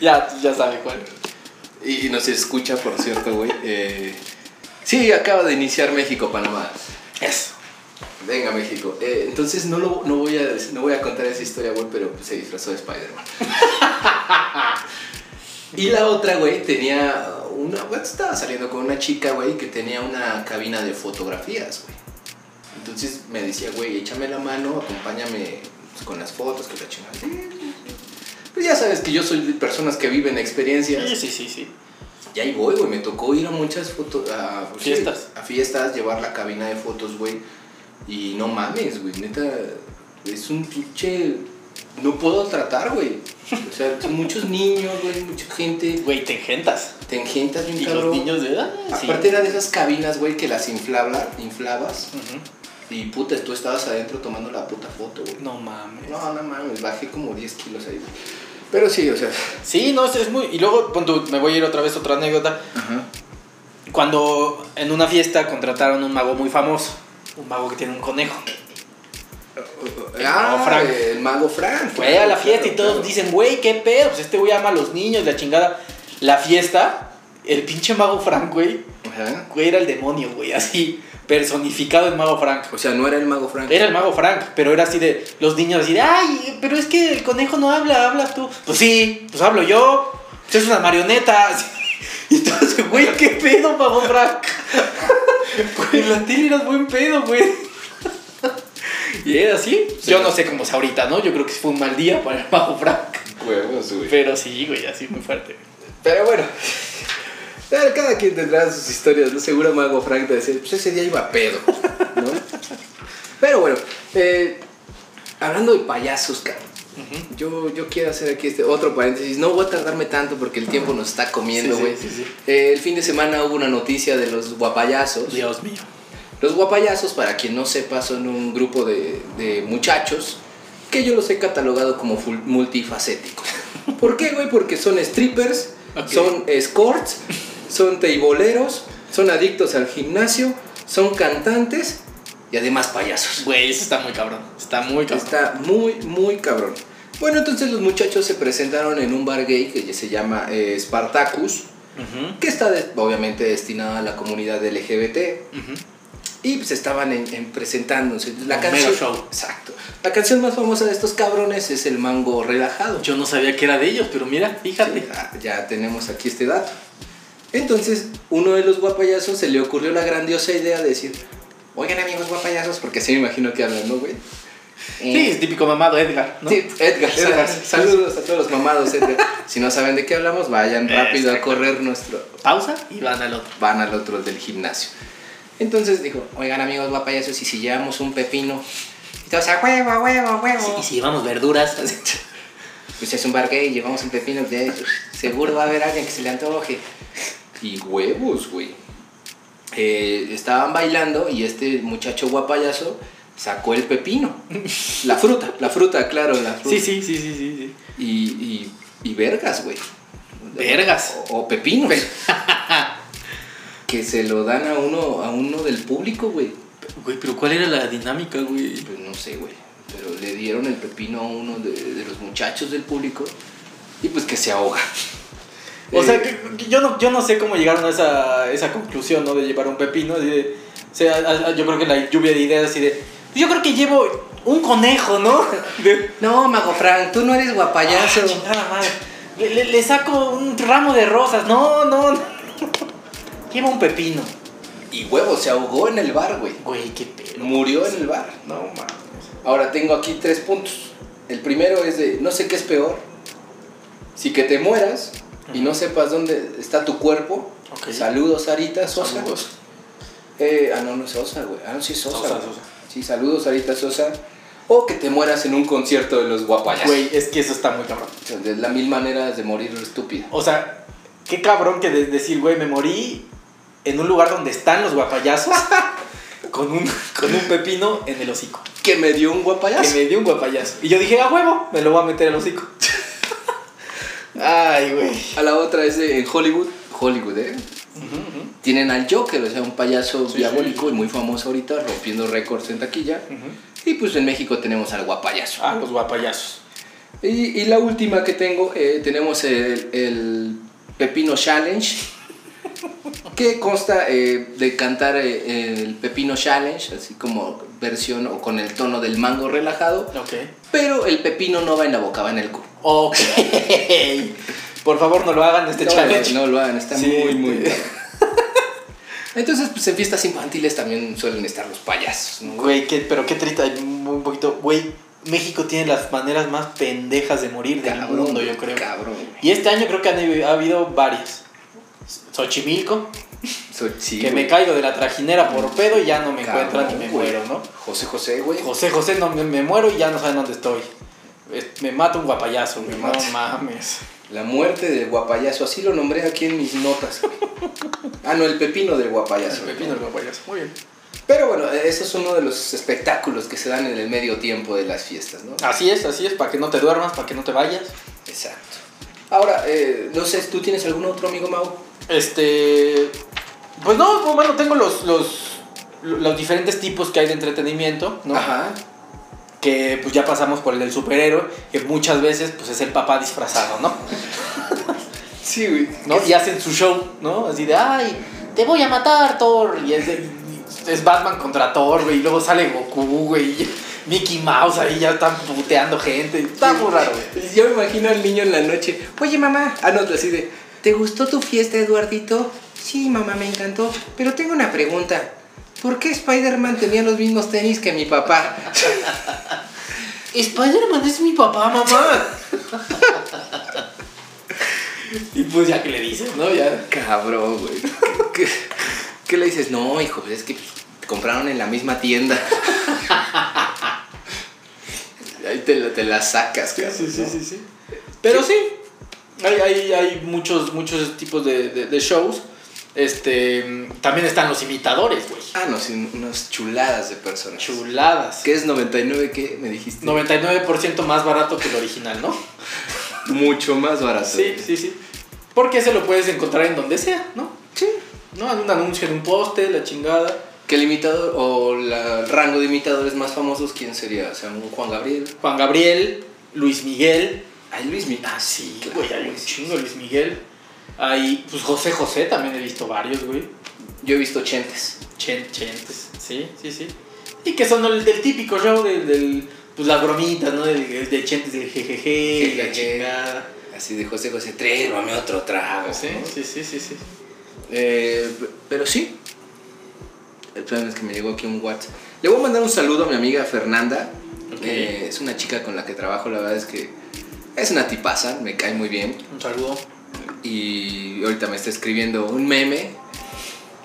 [SPEAKER 3] Ya, ya sabe cuál.
[SPEAKER 4] Y nos escucha, por cierto, güey. Eh, sí, acaba de iniciar México-Panamá.
[SPEAKER 3] Eso.
[SPEAKER 4] Venga, México. Eh, entonces no, lo, no, voy a, dec- no voy a contar esa historia, güey, pero pues, se disfrazó de Spider-Man. y la otra, güey, tenía una... güey, estaba saliendo con una chica, güey, que tenía una cabina de fotografías, güey. Entonces me decía, güey, échame la mano, acompáñame pues, con las fotos, que la chingada. Pues ya sabes que yo soy de personas que viven experiencias.
[SPEAKER 3] Sí, sí, sí, sí.
[SPEAKER 4] Y ahí voy, güey. Me tocó ir a muchas fotos. A sí,
[SPEAKER 3] Fiestas.
[SPEAKER 4] a fiestas, llevar la cabina de fotos, güey. Y no mames, güey. Neta, es un pinche. No puedo tratar, güey. O sea, son muchos niños, güey, mucha gente.
[SPEAKER 3] Güey, te engentas.
[SPEAKER 4] Te engentas bien,
[SPEAKER 3] Y
[SPEAKER 4] cabrón.
[SPEAKER 3] los niños de edad. sí.
[SPEAKER 4] Aparte era de esas cabinas, güey, que las inflabla, inflabas.
[SPEAKER 3] Ujú.
[SPEAKER 4] Y puta, tú estabas adentro tomando la puta foto, güey.
[SPEAKER 3] No mames.
[SPEAKER 4] No, no mames, bajé como 10 kilos ahí, güey. Pero sí, o sea.
[SPEAKER 3] Sí, no, es, es muy. Y luego, pon tú, me voy a ir otra vez a otra anécdota.
[SPEAKER 4] Ajá.
[SPEAKER 3] Cuando en una fiesta contrataron un mago muy famoso, un mago que tiene un conejo.
[SPEAKER 4] El ah,
[SPEAKER 3] mago Frank.
[SPEAKER 4] el mago Frank.
[SPEAKER 3] Fue a la fiesta y todos
[SPEAKER 4] claro.
[SPEAKER 3] dicen, güey, qué pedo, pues este güey ama a los niños, la chingada. La fiesta, el pinche mago Frank, güey,
[SPEAKER 4] Ajá.
[SPEAKER 3] güey, era el demonio, güey, así, personificado en mago Frank.
[SPEAKER 4] O sea, no era el mago Frank.
[SPEAKER 3] Era el mago Frank, pero era así de los niños así de, ay, pero es que el conejo no habla, hablas tú. Pues sí, pues hablo yo, pues es una marioneta. así. Y entonces, güey, qué pedo, mago Frank. Güey, la tele eras buen pedo, güey. Y era así. Yo no sé cómo es ahorita, ¿no? Yo creo que fue un mal día para el mago Frank.
[SPEAKER 4] Huevos, güey.
[SPEAKER 3] Pero sí, güey, así muy fuerte.
[SPEAKER 4] Pero bueno. Pero Cada quien tendrá sus historias, ¿no? Seguro Mago Frank te decía, pues ese día iba a pedo, ¿no? Pero bueno, eh, hablando de payasos, cabrón, yo, yo quiero hacer aquí este otro paréntesis. No voy a tardarme tanto porque el tiempo nos está
[SPEAKER 3] Sí,
[SPEAKER 4] comiendo,
[SPEAKER 3] sí,
[SPEAKER 4] güey.
[SPEAKER 3] sí, sí.
[SPEAKER 4] Eh, el fin de semana hubo una noticia de los guapayazos.
[SPEAKER 3] Dios mío.
[SPEAKER 4] Los guapayazos, para quien no sepa, son un grupo de, de muchachos que yo los he catalogado como ful- multifacéticos. ¿Por qué, güey? Porque son strippers,
[SPEAKER 3] Ok.
[SPEAKER 4] son escorts, son teiboleros, son adictos al gimnasio, son cantantes y además payasos.
[SPEAKER 3] Güey, eso está muy cabrón. Está muy cabrón.
[SPEAKER 4] Está muy, muy cabrón. Bueno, entonces los muchachos se presentaron en un bar gay que se llama eh, Spartacus, que está de- obviamente destinada a la comunidad LGBT. Y pues estaban en, en presentándose. La
[SPEAKER 3] Un
[SPEAKER 4] canción,
[SPEAKER 3] mega show.
[SPEAKER 4] Exacto. La canción más famosa de estos cabrones es el mango relajado.
[SPEAKER 3] Yo no sabía que era de ellos, pero mira, fíjate.
[SPEAKER 4] Sí, ah, ya tenemos aquí este dato. Entonces, uno de los guapayazos se le ocurrió la grandiosa idea de decir, oigan amigos guapayazos, porque sí me imagino que hablan, ¿no, güey? Eh,
[SPEAKER 3] Sí, es típico mamado Edgar, ¿no?
[SPEAKER 4] Sí, Edgar,
[SPEAKER 3] Edgar,
[SPEAKER 4] sal- saludos a todos los mamados, Edgar. si no saben de qué hablamos, vayan rápido a correr nuestro...
[SPEAKER 3] Pausa y van al otro.
[SPEAKER 4] Van al otro del gimnasio. Entonces dijo, oigan amigos guapayazos, y si llevamos un pepino... Y todos a huevo, a huevo, a huevo.
[SPEAKER 3] Y si llevamos verduras.
[SPEAKER 4] Pues es un bar gay, llevamos un pepino de Seguro va a haber alguien que se le antoje. Y huevos, güey. Eh, estaban bailando y este muchacho guapayazo sacó el pepino. La fruta, la fruta, claro, la fruta.
[SPEAKER 3] Sí, sí, sí, sí, sí. sí.
[SPEAKER 4] Y, y, y vergas, güey.
[SPEAKER 3] Vergas.
[SPEAKER 4] O, o pepinos. que se lo dan a uno, a uno del público, güey.
[SPEAKER 3] Güey, pero ¿cuál era la dinámica, güey?
[SPEAKER 4] Pues no sé, güey. Pero le dieron el pepino a uno de, de los muchachos del público y pues que se ahoga.
[SPEAKER 3] O
[SPEAKER 4] Eh,
[SPEAKER 3] sea, que, que yo, no, yo no sé cómo llegaron a esa, esa conclusión, ¿no? De llevar un pepino. así de- o sea, a- a- yo creo que la lluvia de ideas así de... pues Yo creo que llevo un conejo, ¿no? De,
[SPEAKER 4] No, Mago Frank, tú no eres guapayazo.
[SPEAKER 3] Ah, chingada madre. Le, le- le saco un ramo de rosas. No, no, no. Lleva un pepino.
[SPEAKER 4] y huevo, se ahogó en el bar, güey.
[SPEAKER 3] Güey, qué pedo.
[SPEAKER 4] Murió en el bar. No mames. Ahora tengo aquí tres puntos. El primero es de no sé qué es peor. Si que te mueras y no sepas dónde está tu cuerpo.
[SPEAKER 3] Ok.
[SPEAKER 4] Saludos, Sarita Sosa.
[SPEAKER 3] Saludos.
[SPEAKER 4] Eh, ah, no, no es Sosa, güey. Ah, no, sí es Sosa.
[SPEAKER 3] Sosa,
[SPEAKER 4] güey.
[SPEAKER 3] Sosa.
[SPEAKER 4] Sí, saludos, Sarita Sosa. O que te mueras en un concierto de los guapayas.
[SPEAKER 3] Güey, es que eso está muy cabrón.
[SPEAKER 4] Es la mil maneras de morir estúpida.
[SPEAKER 3] O sea, qué cabrón que de- decir, güey, me morí en un lugar donde están los guapayazos con, un, con un pepino en el hocico.
[SPEAKER 4] Que me dio un guapayazo.
[SPEAKER 3] Que me dio un guapayazo. Y yo dije, a huevo, me lo voy a meter al hocico. Ay, güey.
[SPEAKER 4] A la otra es de en Hollywood. Hollywood, ¿eh? Tienen al Joker, o sea, un payaso
[SPEAKER 3] Sí,
[SPEAKER 4] diabólico
[SPEAKER 3] sí,
[SPEAKER 4] y muy famoso ahorita, rompiendo récords en taquilla. Y pues en México tenemos al guapayaso.
[SPEAKER 3] Ah, los guapayazos.
[SPEAKER 4] Y, y la última que tengo, eh, tenemos el, el Pepino Challenge, que consta eh, de cantar eh, el Pepino Challenge, así como versión o con el tono del mango relajado,
[SPEAKER 3] Ok.
[SPEAKER 4] pero el pepino no va en la boca, va en el culo.
[SPEAKER 3] Ok. Por favor, no lo hagan este
[SPEAKER 4] no,
[SPEAKER 3] challenge.
[SPEAKER 4] No lo hagan, está
[SPEAKER 3] Sí,
[SPEAKER 4] muy, muy.
[SPEAKER 3] te-
[SPEAKER 4] cabrón. Entonces, pues en fiestas infantiles también suelen estar los payasos, ¿no?
[SPEAKER 3] Güey, qué- pero qué triste. hay Un un poquito. Güey, México tiene las maneras más pendejas de morir del mundo, yo creo.
[SPEAKER 4] Cabrón, güey.
[SPEAKER 3] Y este año creo que han, ha habido varias. Xochimilco,
[SPEAKER 4] So- sí,
[SPEAKER 3] que
[SPEAKER 4] güey.
[SPEAKER 3] me caigo de la trajinera por pedo y ya no me
[SPEAKER 4] Cabrón,
[SPEAKER 3] encuentran ni me
[SPEAKER 4] güey.
[SPEAKER 3] muero, ¿no?
[SPEAKER 4] José José, güey.
[SPEAKER 3] José José, no me, me muero y ya no saben dónde estoy. Eh, Me mata un guapayazo, güey.
[SPEAKER 4] Me
[SPEAKER 3] No
[SPEAKER 4] mata.
[SPEAKER 3] mames.
[SPEAKER 4] La muerte del guapayaso, así lo nombré aquí en mis notas. güey. ah, no, el pepino del guapayaso.
[SPEAKER 3] el guapayazo. Muy bien.
[SPEAKER 4] Pero bueno, eso es uno de los espectáculos que se dan en el medio tiempo de las fiestas, ¿no?
[SPEAKER 3] Así es, así es, para que no te duermas, para que no te vayas.
[SPEAKER 4] Exacto. Ahora, eh, no sé, ¿tú tienes algún otro amigo, Mau?
[SPEAKER 3] Este. Pues no, pues, bueno, tengo los, los, los diferentes tipos que hay de entretenimiento, ¿no?
[SPEAKER 4] Ajá.
[SPEAKER 3] Que pues ya pasamos por el del superhéroe, que muchas veces pues es el papá disfrazado, ¿no?
[SPEAKER 4] Sí, güey.
[SPEAKER 3] ¿no? Y hacen su show, ¿no? Así de, ay, te voy a matar, Thor. Y es, de- es Batman contra Thor, güey. Y luego sale Goku, güey. y Mickey Mouse ahí ya están puteando gente. Está muy raro, güey.
[SPEAKER 4] Yo me imagino al niño en la noche. Oye, mamá. Ah, no, así de. ¿Te gustó tu fiesta, Eduardito? Sí, mamá, me encantó. Pero tengo una pregunta. ¿Por qué Spider-Man tenía los mismos tenis que mi papá?
[SPEAKER 3] Spider-Man es mi papá, mamá. y pues ya que le dices, ¿no? Ya.
[SPEAKER 4] Cabrón, güey. ¿Qué, qué- qué le dices? No, hijo, es que compraron en la misma tienda. Ahí te la, te la sacas, cabrón. ¿no?
[SPEAKER 3] sí. Pero sí, hay, hay, hay muchos, muchos tipos de, de- de shows. Este, también están los imitadores, güey.
[SPEAKER 4] Ah, no, sí, unas chuladas de personas.
[SPEAKER 3] Chuladas.
[SPEAKER 4] ¿Qué es 99? ¿Qué me dijiste?
[SPEAKER 3] 99% más barato que el original, ¿no?
[SPEAKER 4] Mucho más barato.
[SPEAKER 3] Sí, sí, sí. Porque se lo puedes encontrar en donde sea, ¿no? Sí. ¿No? En un anuncio, en un poste, la chingada.
[SPEAKER 4] ¿Qué el imitador o la- el rango de imitadores más famosos quién sería? O sea, un Juan Gabriel.
[SPEAKER 3] Juan Gabriel, Luis Miguel.
[SPEAKER 4] Ay, Luis Miguel.
[SPEAKER 3] Ah, sí,
[SPEAKER 4] claro,
[SPEAKER 3] güey, hay un
[SPEAKER 4] güey, sí,
[SPEAKER 3] chingo Luis Miguel. Hay, pues José José también he visto varios, güey.
[SPEAKER 4] Yo he visto Chentes.
[SPEAKER 3] Chen, chentes, sí, sí, sí. Y que son el, el típico show del, del, pues las bromitas, ¿no? Del, del- de chentes, del jejeje, y la
[SPEAKER 4] Jejeje.
[SPEAKER 3] chingada.
[SPEAKER 4] Así de José José, tráeme otro trago.
[SPEAKER 3] Sí,
[SPEAKER 4] ¿no?
[SPEAKER 3] sí, sí, sí, sí.
[SPEAKER 4] Eh, p- pero sí. El plan es que me llegó aquí un WhatsApp. Le voy a mandar un saludo a mi amiga Fernanda.
[SPEAKER 3] Ok.
[SPEAKER 4] Eh, es una chica con la que trabajo, la verdad es que es una tipaza, me cae muy bien.
[SPEAKER 3] Un saludo.
[SPEAKER 4] Y ahorita me está escribiendo un meme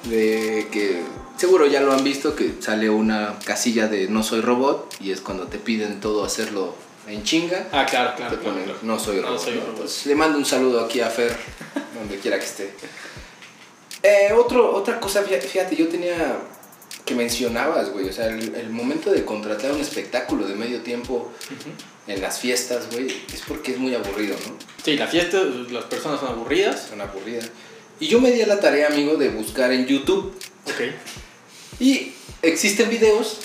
[SPEAKER 4] de que seguro ya lo han visto, que sale una casilla de no soy robot y es cuando te piden todo hacerlo en chinga.
[SPEAKER 3] Ah, claro, claro.
[SPEAKER 4] Te
[SPEAKER 3] claro,
[SPEAKER 4] pone,
[SPEAKER 3] claro.
[SPEAKER 4] no soy
[SPEAKER 3] No
[SPEAKER 4] robot.
[SPEAKER 3] soy
[SPEAKER 4] ¿no?
[SPEAKER 3] robot.
[SPEAKER 4] Entonces, le mando un saludo aquí a Fer, donde quiera que esté. Eh, otro, otra cosa, fí- fíjate, yo tenía que mencionabas, güey, o sea, el, el momento de contratar un espectáculo de medio tiempo en las fiestas, güey, es porque es muy aburrido, ¿no?
[SPEAKER 3] Sí, la fiesta, las personas son aburridas.
[SPEAKER 4] Son aburridas. Y yo me di a la tarea, amigo, de buscar en YouTube
[SPEAKER 3] Ok.
[SPEAKER 4] y existen videos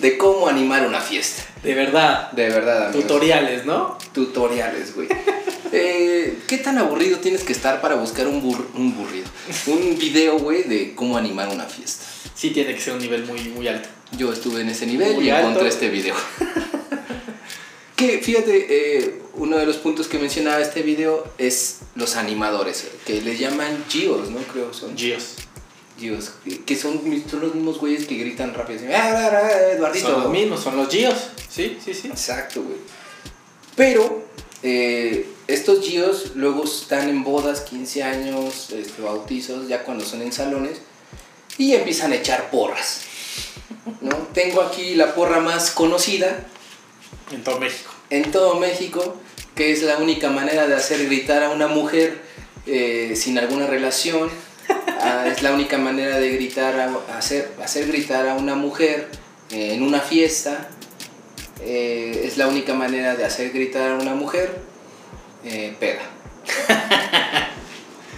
[SPEAKER 4] de cómo animar una fiesta.
[SPEAKER 3] De verdad.
[SPEAKER 4] De verdad, amigos.
[SPEAKER 3] Tutoriales, ¿no?
[SPEAKER 4] tutoriales, güey. Eh, ¿Qué tan aburrido tienes que estar para buscar un, bur- un burrido? Un video, güey, de cómo animar una fiesta.
[SPEAKER 3] Sí tiene que ser un nivel muy, muy alto.
[SPEAKER 4] Yo estuve en ese nivel
[SPEAKER 3] Muy
[SPEAKER 4] y
[SPEAKER 3] alto.
[SPEAKER 4] encontré este video. que fíjate, eh, uno de los puntos que mencionaba este video es los animadores, que le llaman Gios, ¿no? Creo son
[SPEAKER 3] Gios.
[SPEAKER 4] Gios, que- que son, mis- son los mismos güeyes que gritan rápido. así, "Ah, ah, ah, Eduardito".
[SPEAKER 3] Son los mismos, son los Gios. Sí, sí, sí.
[SPEAKER 4] Exacto, güey. Pero eh, estos giros luego están en bodas, 15 años, este, bautizos, ya cuando son en salones, y empiezan a echar porras. ¿no? Tengo aquí la porra más conocida
[SPEAKER 3] En todo México.
[SPEAKER 4] en todo México, que es la única manera de hacer gritar a una mujer eh, sin alguna relación. Ah, es la única manera de gritar a- hacer, hacer gritar a una mujer eh, en una fiesta. Eh, es la única manera de hacer gritar a una mujer eh, peda.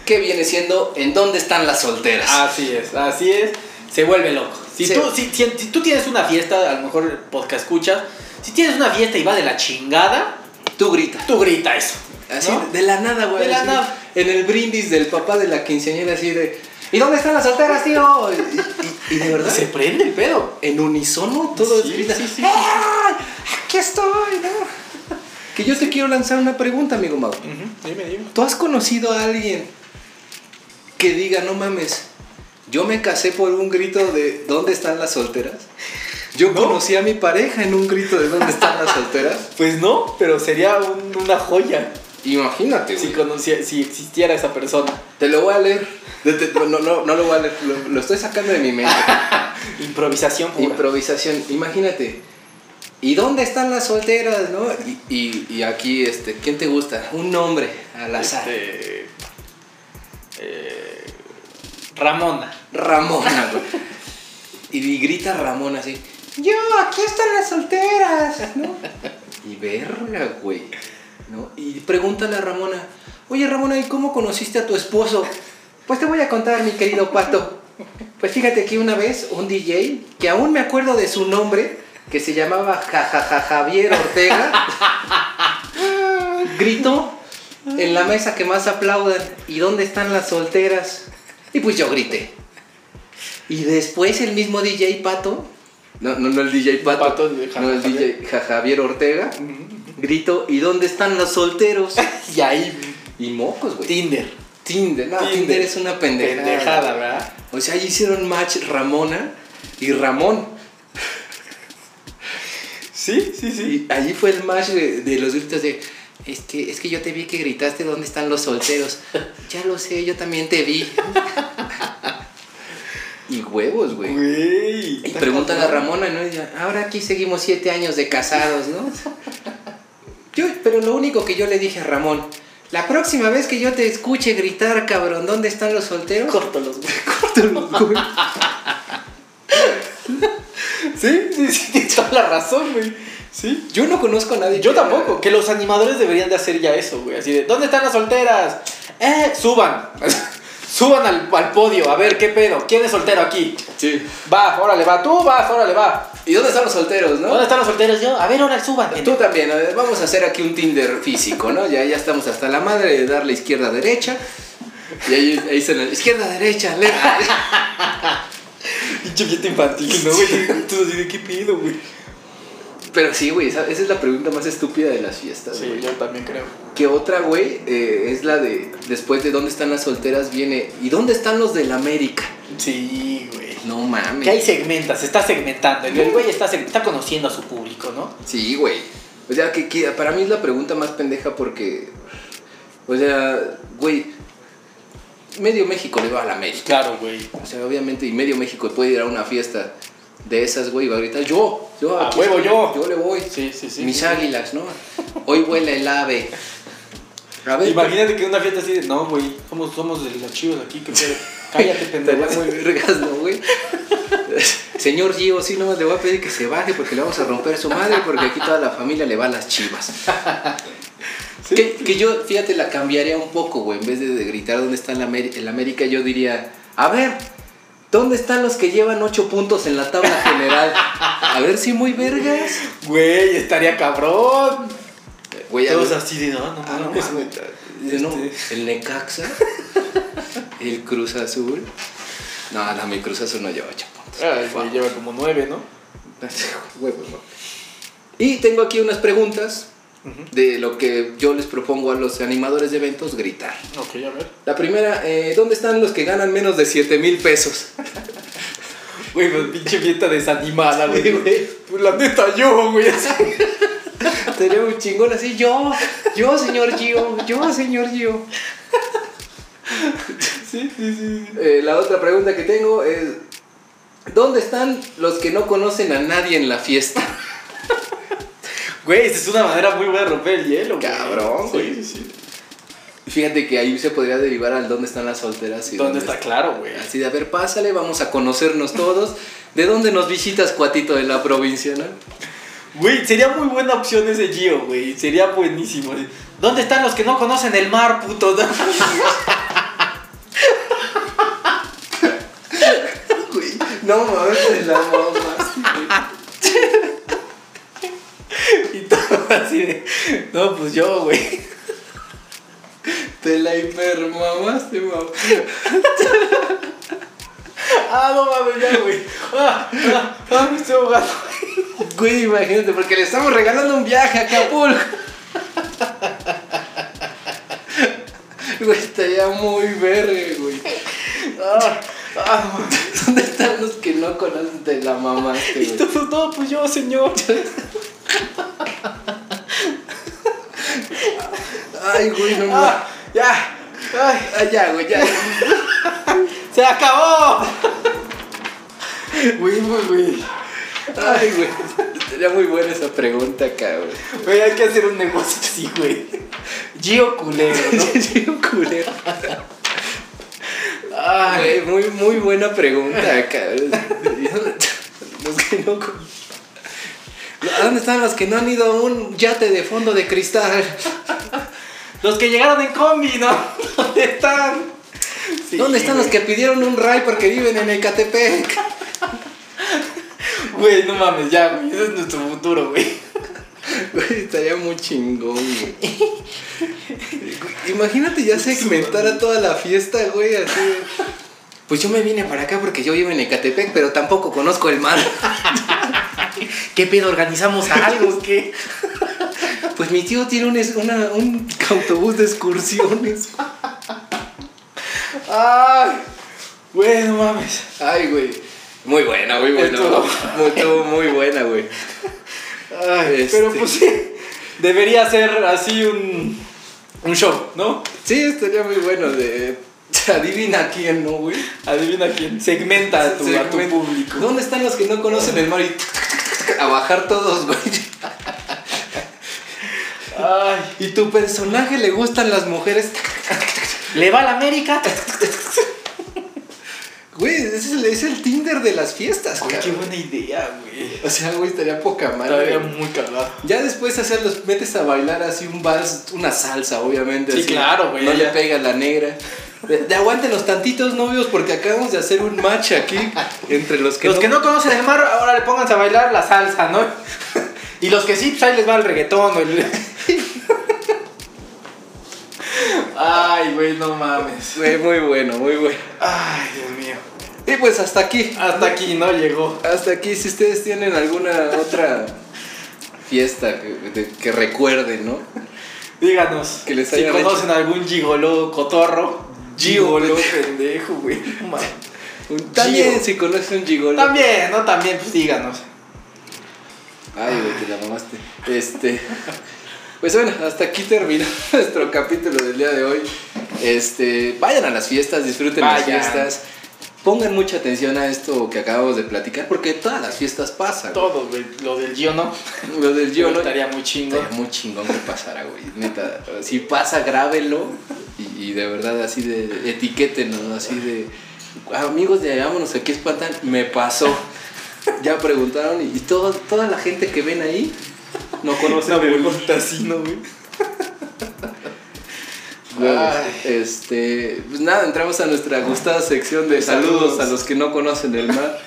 [SPEAKER 4] que viene siendo ¿En dónde están las solteras?
[SPEAKER 3] Así es, así es. Se vuelve loco. Si,
[SPEAKER 4] Sí.
[SPEAKER 3] tú, si, si- si tú tienes una fiesta, a lo mejor el podcast escuchas, si tienes una fiesta y va de la chingada,
[SPEAKER 4] Tú grita.
[SPEAKER 3] tú grita eso.
[SPEAKER 4] Así,
[SPEAKER 3] ¿no?
[SPEAKER 4] de la nada, güey.
[SPEAKER 3] De la
[SPEAKER 4] así,
[SPEAKER 3] nada.
[SPEAKER 4] En el brindis del papá de la quinceañera, así de. ¿Y dónde están las solteras, tío? Y, y- y de verdad,
[SPEAKER 3] Se prende el pedo.
[SPEAKER 4] en unisono, todo
[SPEAKER 3] Sí,
[SPEAKER 4] es grita.
[SPEAKER 3] sí, sí, sí.
[SPEAKER 4] ¡Ah! ¡Aquí estoy! ¿no? Que yo te quiero lanzar una pregunta, amigo Mau.
[SPEAKER 3] Dime, dime.
[SPEAKER 4] ¿Tú has conocido a alguien que diga, no mames, yo me casé por un grito de ¿dónde están las solteras? Yo conocí a mi pareja en un grito de ¿dónde están las solteras?
[SPEAKER 3] Pues no, pero sería un- una joya
[SPEAKER 4] Imagínate,
[SPEAKER 3] si, conoci- si existiera esa persona.
[SPEAKER 4] Te lo voy a leer. Te- te- no, no, no, no lo voy a leer. Lo, lo estoy sacando de mi mente.
[SPEAKER 3] Improvisación pura.
[SPEAKER 4] Improvisación. Imagínate. ¿Y dónde están las solteras, no? Y, y- y aquí, este, ¿quién te gusta? Un nombre al azar.
[SPEAKER 3] Este, eh, Ramona.
[SPEAKER 4] Ramona, güey. Y, y grita Ramona así. Yo, aquí están las solteras, ¿no? Y verga, güey. ¿No? Y pregúntale a Ramona. Oye, Ramona, ¿y cómo conociste a tu esposo? Pues te voy a contar, mi querido pato. Pues fíjate que una vez un DJ, que aún me acuerdo de su nombre, que se llamaba Jajaja Javier Ortega, gritó en la mesa que más aplaudan, ¿y dónde están las solteras? Y pues yo grité. Y después el mismo DJ Pato, no, no, no el DJ Pato,
[SPEAKER 3] Pato, el Ja-
[SPEAKER 4] no el
[SPEAKER 3] Javier.
[SPEAKER 4] DJ Ja- Javier Ortega, Ah, grito, ¿y dónde están los solteros?
[SPEAKER 3] Y ahí,
[SPEAKER 4] y mocos, güey.
[SPEAKER 3] Tinder.
[SPEAKER 4] Tinder, no, Tinder.
[SPEAKER 3] Tinder
[SPEAKER 4] es una pendejada.
[SPEAKER 3] Pendejada, ¿verdad?
[SPEAKER 4] O sea, ahí hicieron match Ramona y Ramón.
[SPEAKER 3] Sí, sí, sí.
[SPEAKER 4] Y allí fue el match de, de los gritos de. Es que, es que yo te vi que gritaste dónde están los solteros. ya lo sé, yo también te vi. y huevos, güey.
[SPEAKER 3] Güey.
[SPEAKER 4] Y preguntan a Ramona, ¿no? Y ya, ahora aquí seguimos siete años de casados, ¿no? Yo, pero lo único que yo le dije a Ramón, la próxima vez que yo te escuche gritar, cabrón, ¿dónde están los solteros?
[SPEAKER 3] Córtalos, güey.
[SPEAKER 4] Córtalos, güey.
[SPEAKER 3] Sí, sí, sí, tienes toda la razón, güey. Sí.
[SPEAKER 4] Yo no conozco a nadie.
[SPEAKER 3] Yo
[SPEAKER 4] que-
[SPEAKER 3] tampoco. Que los animadores deberían de hacer ya eso, güey. Así de, ¿dónde están las solteras? Eh, suban. Suban al, al podio, a ver qué pedo. ¿Quién es soltero aquí?
[SPEAKER 4] Sí.
[SPEAKER 3] Va, órale, va. Tú vas, órale, va.
[SPEAKER 4] ¿Y dónde están los solteros, no?
[SPEAKER 3] ¿Dónde están los solteros? Yo, a ver, ahora suban.
[SPEAKER 4] Tú también, a ver, vamos a hacer aquí un Tinder físico, ¿no? Ya, ya estamos hasta la madre de darle izquierda, derecha. Y ahí, ahí se la izquierda, derecha, le-
[SPEAKER 3] Pinche fiesta infantil, ¿no, güey? Tú así de qué pedo, güey.
[SPEAKER 4] Pero sí, güey, esa, esa es la pregunta más estúpida de las fiestas,
[SPEAKER 3] Sí,
[SPEAKER 4] güey.
[SPEAKER 3] yo también creo.
[SPEAKER 4] Que otra, güey, eh, es la de después de dónde están las solteras viene. ¿Y dónde están los del América?
[SPEAKER 3] Sí, güey.
[SPEAKER 4] No mames.
[SPEAKER 3] Que ahí segmenta, se está segmentando. El güey está, seg- está conociendo a su público, ¿no?
[SPEAKER 4] Sí, güey. O sea, que, que para mí es la pregunta más pendeja porque. O sea, güey. Medio México le va a la América.
[SPEAKER 3] Claro, güey.
[SPEAKER 4] O sea, obviamente, y medio México puede ir a una fiesta de esas, güey, y va a gritar: Yo, yo,
[SPEAKER 3] A
[SPEAKER 4] aquí
[SPEAKER 3] huevo,
[SPEAKER 4] estoy,
[SPEAKER 3] yo".
[SPEAKER 4] Yo le voy.
[SPEAKER 3] Sí, sí, sí.
[SPEAKER 4] Mis águilas, ¿no? Hoy vuela el ave. A ver,
[SPEAKER 3] Imagínate que una fiesta así de, no, güey, somos, somos de los chivos aquí, que pedo. Cállate, pendejo.
[SPEAKER 4] Estaría muy vergas, ¿no, güey? Señor Gio, sí, nomás le voy a pedir que se baje porque le vamos a romper su madre porque aquí toda la familia le va a las chivas. Que, que yo, fíjate, la cambiaría un poco, güey. En vez de, de gritar dónde está el, Ameri- el América, yo diría, a ver, ¿dónde están los que llevan 8 puntos en la tabla general? A ver si muy vergas.
[SPEAKER 3] Güey, estaría cabrón.
[SPEAKER 4] Güey, a
[SPEAKER 3] Todos
[SPEAKER 4] ver-
[SPEAKER 3] así de, no, no,
[SPEAKER 4] Ah, no,
[SPEAKER 3] mames,
[SPEAKER 4] mames.
[SPEAKER 3] güey.
[SPEAKER 4] No,
[SPEAKER 3] Este,
[SPEAKER 4] el Necaxa, el Cruz Azul. No, no, mi Cruz Azul no lleva 8 puntos.
[SPEAKER 3] ay,
[SPEAKER 4] Wow.
[SPEAKER 3] güey, lleva como nueve, ¿no?
[SPEAKER 4] Huevos, ¿no? Y tengo aquí unas preguntas
[SPEAKER 3] Ujú.
[SPEAKER 4] de lo que yo les propongo a los animadores de eventos gritar.
[SPEAKER 3] Ok, a ver.
[SPEAKER 4] La primera, eh, ¿dónde están los que ganan menos de 7 mil pesos?
[SPEAKER 3] Güey, pues pinche fiesta desanimada,
[SPEAKER 4] Sí,
[SPEAKER 3] güey.
[SPEAKER 4] güey.
[SPEAKER 3] Pues la neta, yo, güey. así.
[SPEAKER 4] Sería un chingón así, yo, yo señor Gio, yo señor Gio.
[SPEAKER 3] Sí, sí, sí.
[SPEAKER 4] Eh, la otra pregunta que tengo es, ¿dónde están los que no conocen a nadie en la fiesta?
[SPEAKER 3] Güey, esa es una manera muy buena de romper el hielo, güey.
[SPEAKER 4] Cabrón, güey.
[SPEAKER 3] Sí, sí,
[SPEAKER 4] Fíjate que ahí se podría derivar al dónde están las solteras
[SPEAKER 3] sí.
[SPEAKER 4] y
[SPEAKER 3] ¿Dónde está claro, güey?
[SPEAKER 4] Así de, a ver, pásale, vamos a conocernos todos. ¿De dónde nos visitas, cuatito de la provincia, no?
[SPEAKER 3] Güey, sería muy buena opción ese Gio, güey. Sería buenísimo. ¿Dónde están los que no conocen el mar, puto?
[SPEAKER 4] No, mames, te la mamaste,
[SPEAKER 3] Y todo así de. No, pues yo, güey.
[SPEAKER 4] Te la hipermamaste, mamá.
[SPEAKER 3] Ah, no mames, ya, güey. Ah, ah, ah, me estoy ahogando.
[SPEAKER 4] Güey, imagínate, porque le estamos regalando un viaje a Acapulco. Güey, estaría muy verde, güey.
[SPEAKER 3] Ah, ah, güey.
[SPEAKER 4] ¿Dónde están los que no conocen de la mamaste,
[SPEAKER 3] y
[SPEAKER 4] güey?
[SPEAKER 3] todo, no, pues yo, señor.
[SPEAKER 4] Ay, güey, no mames.
[SPEAKER 3] Ah, ya. Ay,
[SPEAKER 4] Ah, ya, güey, ya.
[SPEAKER 3] se acabó. Güey, güey, güey.
[SPEAKER 4] Ay, güey. Estaría muy buena esa pregunta, cabrón.
[SPEAKER 3] Güey, hay que hacer un negocio así, güey. Gio culero, ¿no?
[SPEAKER 4] Sí, un culero.
[SPEAKER 3] Ah,
[SPEAKER 4] Güey, muy, muy buena pregunta, cabrón. Los que no con- ¿A dónde están los que no han ido a un yate de fondo de cristal?
[SPEAKER 3] Los que llegaron en combi, ¿no? ¿Dónde están? Sí,
[SPEAKER 4] ¿Dónde están los
[SPEAKER 3] güey.
[SPEAKER 4] que pidieron un ray porque viven en Ecatepec?
[SPEAKER 3] Güey, no mames, ya, güey. Ese es nuestro futuro, güey.
[SPEAKER 4] Güey, estaría muy chingón, güey. Imagínate ya segmentar a toda la fiesta, güey, así. de, Pues yo me vine para acá porque yo vivo en Ecatepec, pero tampoco conozco el mar.
[SPEAKER 3] ¿Qué pedo? ¿Organizamos algo? ¿Qué?
[SPEAKER 4] Pues mi tío tiene un, es- una- un autobús de excursiones.
[SPEAKER 3] ¡Ay! Güey, no mames.
[SPEAKER 4] Ay, güey. Muy buena, muy buena.
[SPEAKER 3] Estuvo
[SPEAKER 4] Muy, estuvo muy buena, güey.
[SPEAKER 3] Ay,
[SPEAKER 4] Este.
[SPEAKER 3] Pero pues sí. Debería ser así un. Un show, ¿no?
[SPEAKER 4] Sí, estaría muy bueno de... Adivina quién, ¿no, güey?
[SPEAKER 3] Adivina quién. Segmenta a tu, a tu
[SPEAKER 4] Segmento.
[SPEAKER 3] público.
[SPEAKER 4] ¿Dónde están los que no conocen el mar? Y tuc, tuc, tuc, tuc, a bajar todos, güey.
[SPEAKER 3] Ay.
[SPEAKER 4] ¿Y tu personaje le gustan las mujeres?
[SPEAKER 3] ¿Le va a la América?
[SPEAKER 4] Güey, es el, es el Tinder de las fiestas,
[SPEAKER 3] Güey, qué
[SPEAKER 4] cabrón.
[SPEAKER 3] buena idea, güey.
[SPEAKER 4] O sea, güey, estaría poca madre.
[SPEAKER 3] Estaría muy cagado.
[SPEAKER 4] Ya después hacer los metes a bailar así un vals, una salsa, obviamente.
[SPEAKER 3] Sí,
[SPEAKER 4] así.
[SPEAKER 3] claro, güey,
[SPEAKER 4] No le
[SPEAKER 3] ya.
[SPEAKER 4] pega la negra. De, de aguántenos tantitos novios porque acabamos de hacer un match aquí entre los que
[SPEAKER 3] los
[SPEAKER 4] no-
[SPEAKER 3] que no conocen el mar, ahora le pónganse a bailar la salsa, ¿no? y los que sí, pues ahí les va el reggaetón. o el- Ay, güey, no mames.
[SPEAKER 4] Fue muy bueno, muy bueno.
[SPEAKER 3] Ay, Dios mío.
[SPEAKER 4] Y pues hasta aquí.
[SPEAKER 3] Hasta aquí no llegó.
[SPEAKER 4] Hasta aquí, si ustedes tienen alguna otra fiesta que, de- que recuerden, ¿no?
[SPEAKER 3] Díganos.
[SPEAKER 4] Que les
[SPEAKER 3] si
[SPEAKER 4] hayan hecho-
[SPEAKER 3] conocen algún gigoló cotorro. Gigoló pendejo, güey. No mames.
[SPEAKER 4] Un- también
[SPEAKER 3] Gigolo.
[SPEAKER 4] si conocen un gigolo.
[SPEAKER 3] También, no también, pues díganos.
[SPEAKER 4] Ay, güey, te la mamaste. Este. Pues bueno, hasta aquí termina nuestro capítulo del día de hoy. Este, vayan a las fiestas, disfruten las
[SPEAKER 3] Vayan.
[SPEAKER 4] fiestas. Pongan mucha atención a esto que acabamos de platicar, porque todas las fiestas pasan.
[SPEAKER 3] Todo, güey. Lo del yo no.
[SPEAKER 4] Lo del yo no
[SPEAKER 3] estaría muy chingo.
[SPEAKER 4] Estaría muy chingón que pasara, güey. Neta, si pasa, grábelo. Y, y de verdad, así de etiquétenos, así de. "Ah, Amigos de Vámonos aquí espantan, me pasó. Ya preguntaron y, y todo- toda la gente que ven ahí no conoce.
[SPEAKER 3] Una pregunta así, ¿no, güey?
[SPEAKER 4] Güey,
[SPEAKER 3] Ay.
[SPEAKER 4] Este, pues nada, entramos a nuestra gustada sección de
[SPEAKER 3] Saludos.
[SPEAKER 4] saludos, a los que no conocen el mar.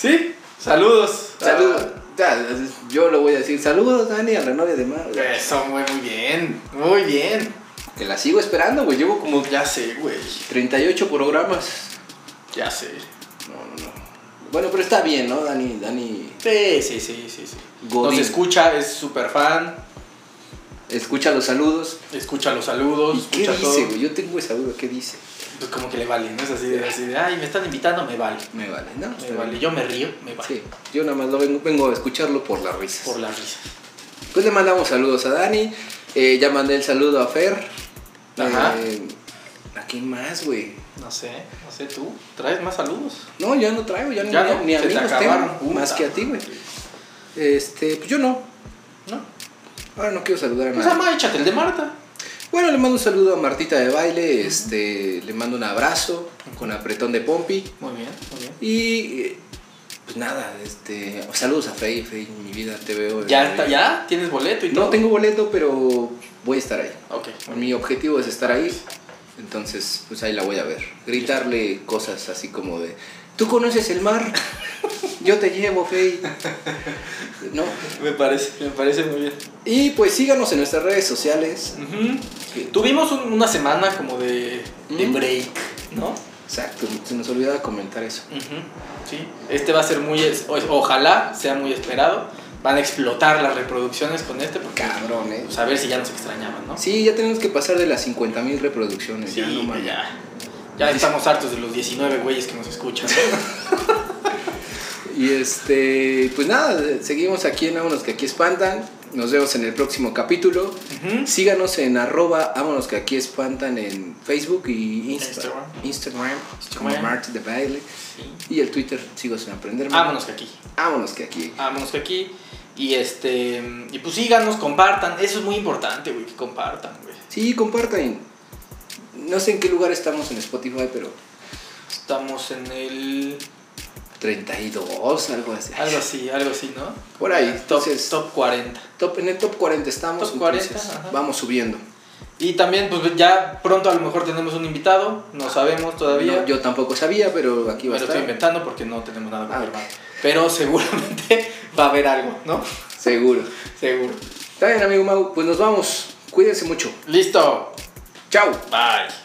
[SPEAKER 3] Sí, saludos.
[SPEAKER 4] Saludos. Ah, Ya, Yo lo voy a decir, saludos Dani a la novia de mar.
[SPEAKER 3] Ah, Eso, güey, muy bien. Muy bien.
[SPEAKER 4] Que la sigo esperando, güey. Llevo como
[SPEAKER 3] Ya sé, güey.
[SPEAKER 4] 38 programas.
[SPEAKER 3] Ya sé.
[SPEAKER 4] No, no, no. Bueno, pero está bien, ¿no? Dani, Dani
[SPEAKER 3] Sí, sí, sí, sí. sí. Nos
[SPEAKER 4] Godín.
[SPEAKER 3] escucha, es súper fan.
[SPEAKER 4] escucha los saludos.
[SPEAKER 3] Escucha los
[SPEAKER 4] ¿Y
[SPEAKER 3] saludos,
[SPEAKER 4] qué
[SPEAKER 3] escucha
[SPEAKER 4] dice,
[SPEAKER 3] todo.
[SPEAKER 4] güey? Yo tengo esa duda, ¿qué dice?
[SPEAKER 3] Pues como que le vale, ¿no? Es así de, así de, ay, me están invitando, me vale.
[SPEAKER 4] Me vale, ¿no?
[SPEAKER 3] Me
[SPEAKER 4] Está
[SPEAKER 3] vale,
[SPEAKER 4] bien.
[SPEAKER 3] yo me río, me vale.
[SPEAKER 4] Sí, yo nada más lo vengo, vengo a escucharlo por las risas.
[SPEAKER 3] Por la risa.
[SPEAKER 4] Pues le mandamos saludos a Dani. eh, ya mandé el saludo a Fer.
[SPEAKER 3] Ajá.
[SPEAKER 4] Eh, ¿A quién más, güey?
[SPEAKER 3] No sé, no sé, tú. ¿Traes más saludos?
[SPEAKER 4] No, ya no traigo, ya,
[SPEAKER 3] Ya
[SPEAKER 4] ni,
[SPEAKER 3] no,
[SPEAKER 4] ni
[SPEAKER 3] se te
[SPEAKER 4] amigos
[SPEAKER 3] acabaron.
[SPEAKER 4] tengo,
[SPEAKER 3] Puta.
[SPEAKER 4] más que a ti, güey. Este, pues yo no.
[SPEAKER 3] ¿No?
[SPEAKER 4] Ahora no quiero saludar a
[SPEAKER 3] Pues
[SPEAKER 4] nadie.
[SPEAKER 3] ama, échate el de Marta.
[SPEAKER 4] Bueno, le mando un saludo a Martita de Baile, este, le mando un abrazo con apretón de Pompi
[SPEAKER 3] Muy bien, muy bien.
[SPEAKER 4] y eh, pues nada, este, saludos a Frey, Frey, mi vida, te veo.
[SPEAKER 3] ¿Ya, está- ya tienes boleto y todo.
[SPEAKER 4] No tengo boleto, pero voy a estar ahí.
[SPEAKER 3] Ok, muy bien.
[SPEAKER 4] Mi objetivo es estar ahí, entonces pues ahí la voy a ver. Gritarle cosas así como de, tú conoces el mar, yo te llevo, Frey. ¿No?
[SPEAKER 3] Me parece, me parece muy bien.
[SPEAKER 4] Y pues síganos en nuestras redes sociales.
[SPEAKER 3] Ujú. Tuvimos un- una semana como de, de
[SPEAKER 4] Mm.
[SPEAKER 3] break, ¿no?
[SPEAKER 4] Exacto, se nos olvidaba comentar eso.
[SPEAKER 3] Ujú, Sí. Este va a ser muy. es- o- Ojalá sea muy esperado. Van a explotar las reproducciones con este porque.
[SPEAKER 4] Cabrón, eh.
[SPEAKER 3] pues, a ver si ya nos extrañaban, ¿no?
[SPEAKER 4] Sí, ya tenemos que pasar de las 50.000 reproducciones.
[SPEAKER 3] Sí,
[SPEAKER 4] ya, no mames.
[SPEAKER 3] ya. Ya estamos hartos de los 19 güeyes que nos escuchan.
[SPEAKER 4] Y este, pues nada, seguimos aquí en Vámonos que aquí espantan. Nos vemos en el próximo capítulo.
[SPEAKER 3] Ujú.
[SPEAKER 4] Síganos en arroba Vámonos que aquí espantan en Facebook y Insta-
[SPEAKER 3] Instagram.
[SPEAKER 4] Instagram, como
[SPEAKER 3] Instagram.
[SPEAKER 4] Mart de Baile.
[SPEAKER 3] Sí.
[SPEAKER 4] Y el Twitter, sigo sin aprenderme.
[SPEAKER 3] Vámonos que aquí.
[SPEAKER 4] Vámonos que aquí.
[SPEAKER 3] Vámonos que aquí. Y este. Y pues síganos, compartan. Eso es muy importante, güey, que compartan, güey.
[SPEAKER 4] Sí, compartan. No sé en qué lugar estamos en Spotify, pero
[SPEAKER 3] Estamos en el.
[SPEAKER 4] 32, algo así.
[SPEAKER 3] Algo así, algo así, ¿no?
[SPEAKER 4] Por ahí,
[SPEAKER 3] Top,
[SPEAKER 4] entonces-
[SPEAKER 3] top 40.
[SPEAKER 4] Top, en el top 40 estamos.
[SPEAKER 3] Top 40,
[SPEAKER 4] entonces,
[SPEAKER 3] ajá.
[SPEAKER 4] vamos subiendo.
[SPEAKER 3] Y también, pues ya pronto a lo mejor tenemos un invitado, no sabemos todavía.
[SPEAKER 4] No, yo tampoco sabía, pero aquí
[SPEAKER 3] me lo
[SPEAKER 4] va a
[SPEAKER 3] estoy
[SPEAKER 4] estar.
[SPEAKER 3] inventando porque no tenemos nada
[SPEAKER 4] Ah,
[SPEAKER 3] confirmado. Pero seguramente va a haber algo, ¿no?
[SPEAKER 4] Seguro.
[SPEAKER 3] Seguro.
[SPEAKER 4] Está bien, amigo Mau. Pues nos vamos. Cuídense mucho.
[SPEAKER 3] Listo.
[SPEAKER 4] Chao.
[SPEAKER 3] Bye.